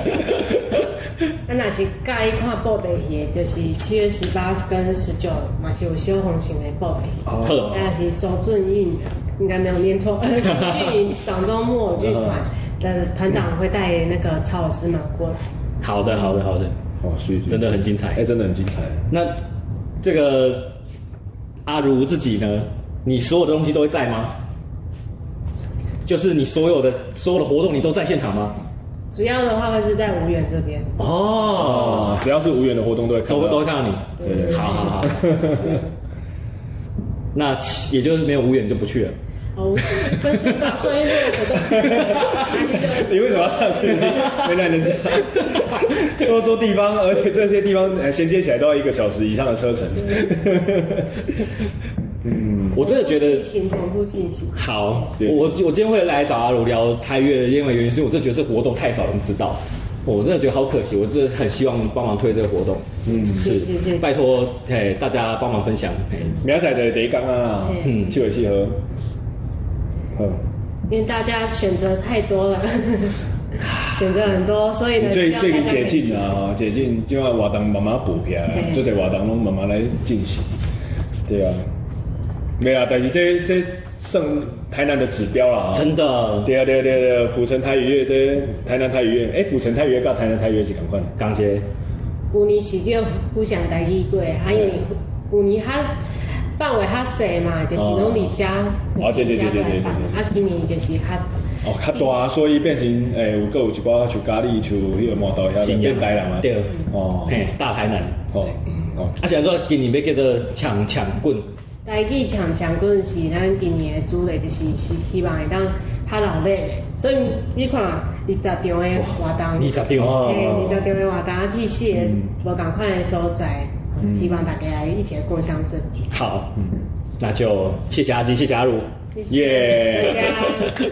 Speaker 1: 那那是介意看报备戏的，就是七月十八跟十九嘛是有小红型的报备
Speaker 4: 哦
Speaker 1: 戏。
Speaker 4: 特
Speaker 1: 那是手俊印，应该没有念错，手俊印掌中木偶剧团的团长会带那个曹老师们过来。
Speaker 4: 好的好的好的，
Speaker 2: 哦，是
Speaker 4: 真的很精彩
Speaker 2: 哎、真的很精彩。
Speaker 4: 那这个阿如自己呢？你所有的东西都会在吗？就是你所有的所有的活动，你都在现场吗？
Speaker 1: 主要的话会是在无缘这边，
Speaker 4: 哦
Speaker 2: 哦，，只要是无缘的活动都会看啊
Speaker 4: 都
Speaker 2: 到，
Speaker 4: 都会看到你。
Speaker 2: 对对
Speaker 4: 好好好。 那也就是没有无缘就不去了。
Speaker 1: 哦，跟新港双运这个活 动，
Speaker 2: 你为 什么要去？为难人家，多多地方，而且这些地方呃衔接起来都要一个小时以上的车程。嗯
Speaker 4: 我真的觉得
Speaker 1: 进行同步进行。
Speaker 4: 好，
Speaker 2: 对
Speaker 4: 我我今天会来找阿如聊开月，因为原因是我真的觉得这活动太少人知道，我真的觉得好可惜，我真的很希望帮忙推这个活动，
Speaker 2: 嗯，
Speaker 1: 谢谢谢谢。
Speaker 4: 拜托，嘿，大家帮忙分享，嘿，
Speaker 2: 明仔的第一缸啊，
Speaker 1: 嗯
Speaker 2: 嗯，去尾去喝，喝。
Speaker 1: 因为大家选择太多了，选择很多，所以呢，
Speaker 2: 最
Speaker 1: 希望
Speaker 2: 最
Speaker 1: 大
Speaker 2: 近
Speaker 1: 家
Speaker 2: 解
Speaker 1: 可以
Speaker 2: 禁啊，哦解禁就要活动慢慢补起来，
Speaker 1: 对
Speaker 2: 做者活动拢慢慢来进行。对啊，没啊，但是这这算台南的指标啦，哦
Speaker 4: 真的，
Speaker 2: 对啊，对啊，对啊，对啊，府城台语乐这台南台语乐，哎，府城台语乐跟台南台语乐是同款的。
Speaker 4: 港姐，
Speaker 1: 旧年是叫互相台语过，啊，因为旧年较范围较细嘛，就是拢离家，
Speaker 2: 哦对对对对对对对
Speaker 1: 啊，今年就是较
Speaker 2: 哦，较大，所以变成诶、有够有一寡像咖喱，像迄个麻豆遐
Speaker 4: 信仰
Speaker 2: 变台人啊。
Speaker 4: 对
Speaker 2: 哦，
Speaker 4: 嘿，大台南，
Speaker 2: 哦，哦，
Speaker 4: 啊，想说今年要叫做抢抢棍，
Speaker 1: 台语强强棍是咱今年的主题，就是是希望会当较老热的，所以你看二十场的活动，
Speaker 4: 二十场哦
Speaker 1: 嘿二十场的活动啊去四个无共款的所在，希望大家来一起共享盛举，
Speaker 4: 好，那就谢谢阿基，谢谢阿如。
Speaker 1: 谢谢啊
Speaker 2: 耶
Speaker 1: 大家。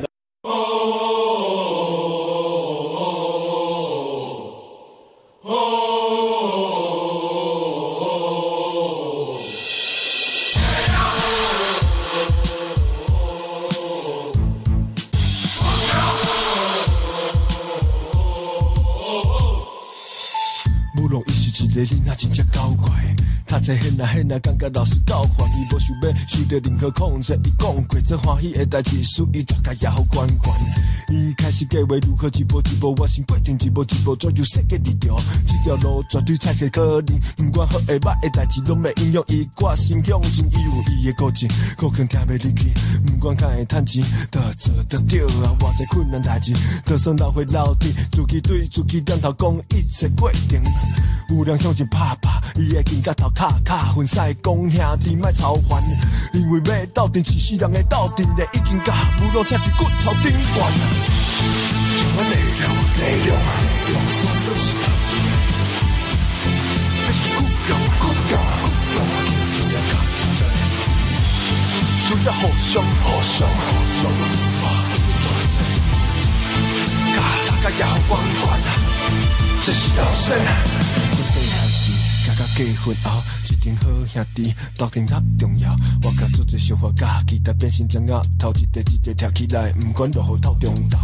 Speaker 5: 慕容伊是一个囡仔真正够快，读册迄那迄那感觉老师够烦，伊无想要受到任何控制。伊讲过，这欢喜的代志，属于大家也好管管。伊开始计划如何一步一步我先规定，一步一步左右设计日条。这条路绝对菜市可能，不管好的歹的代志，拢袂影响伊我心向前。伊有伊的个性，个性听袂入去，不管敢会趁钱，都做得对啊。偌济困难代志，就算老岁老底，自己对自己点头讲一切过程。有人向前拍拍，伊的肩胛头敲敲，分使讲兄弟莫操烦，因为要斗阵是世人的斗阵的，已经甲无路才伫骨头顶悬。请我内谅，内谅，我都是阿弟，这是骨肉，骨肉，骨肉，今天甲真，需要互相，互相，互相。大家也好管管，这是后生。我细汉时，甲甲结婚后，一定好兄弟，斗阵较重要。我甲做者小花甲，期待变成鸟仔，头一块一块跳起来，不管落雨透中头。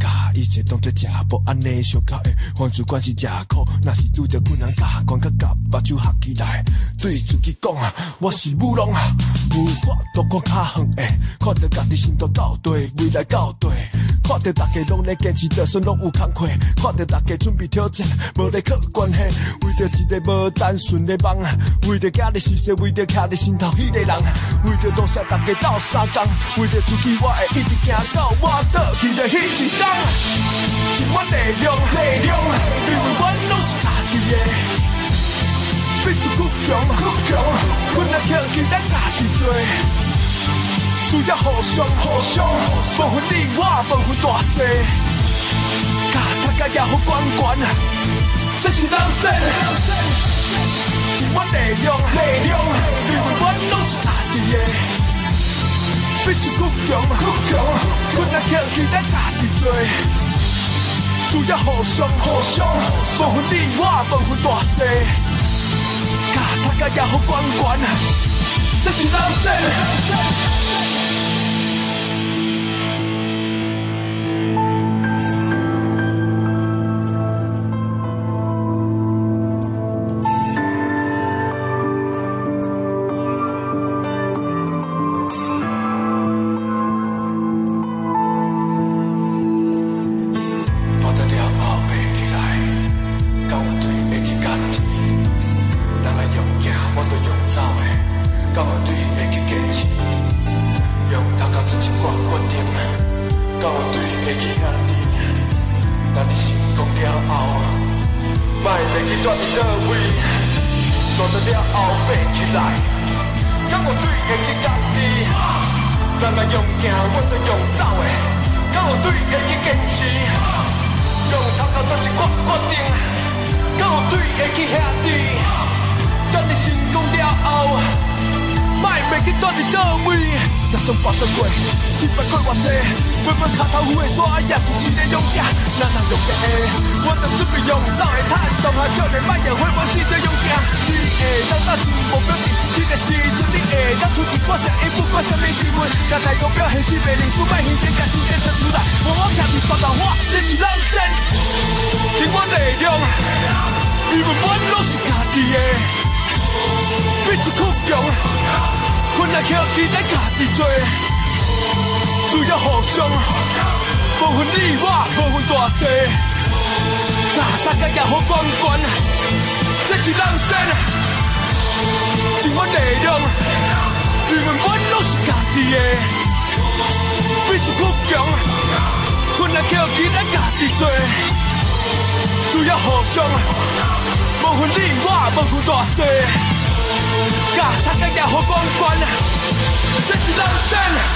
Speaker 5: 甲一切当作食无安尼相甲的，凡事管是食苦，若是拄着困难甲，管甲甲，目睭合起来，对自己讲啊，我是武龙啊，有法度看较远诶，看着家己心都到底，未来到底，看着大家拢咧坚持，就算拢有工课，看着大家准备挑战，无咧靠关系，为着一个无单纯的梦，为着家己是实，为着徛伫心头迄个人，为着多谢大家斗相共，为着自己我会一直行到我倒去的迄一天，尽我力量，力量，因为阮拢是家己的。必须倔强，倔强，困难克己咱家己做。需要互相，互相，无分你我，无分大细，甲大家也好管管，这是人生。尽我力量，力量，因为阮拢是家己的。必须倔强啊，倔强啊，困难扛起咱家己做。需要互相互相，无分你我，无分大细，甲头家也好悬悬，这是人生。大得了后爬起来，敢有对会去家己？人来用行，我都用走的，敢有对会去坚持？用头壳做一寡决定，敢有对会去兄弟？等你成功了后，莫袂记住伫倒位。大得了后爬起来，敢有对会去家己？人来用行，我都用走的，敢有对会去坚持？用头壳做一决决定，敢有对会去兄弟？等你成功了后，莫袂记住伫倒位。人生跋倒过，失败过偌济，每每脚头有的沙，也是一个勇者。咱人用行的，我着准备用走的，趁当下少年，莫用回望试着用行。你会当达成目标伫这个时阵，你会当出一寡声音，不管啥物新闻，甲大目标现实袂认输，莫牺牲，甲时间做出来。我我徛伫山头，我这是人生。尽管力量，因为阮拢是家己的，必须倔强，困难扛起咱家己做，需要互相，无分你我，无分大小，甲大家也好管管，这是人生。尽管力量，因为阮拢是家己的，必须倔强，困难扛起咱家己做。需要互相，无分你我，无分大啊小，甲大家也好管管，这是人生。啊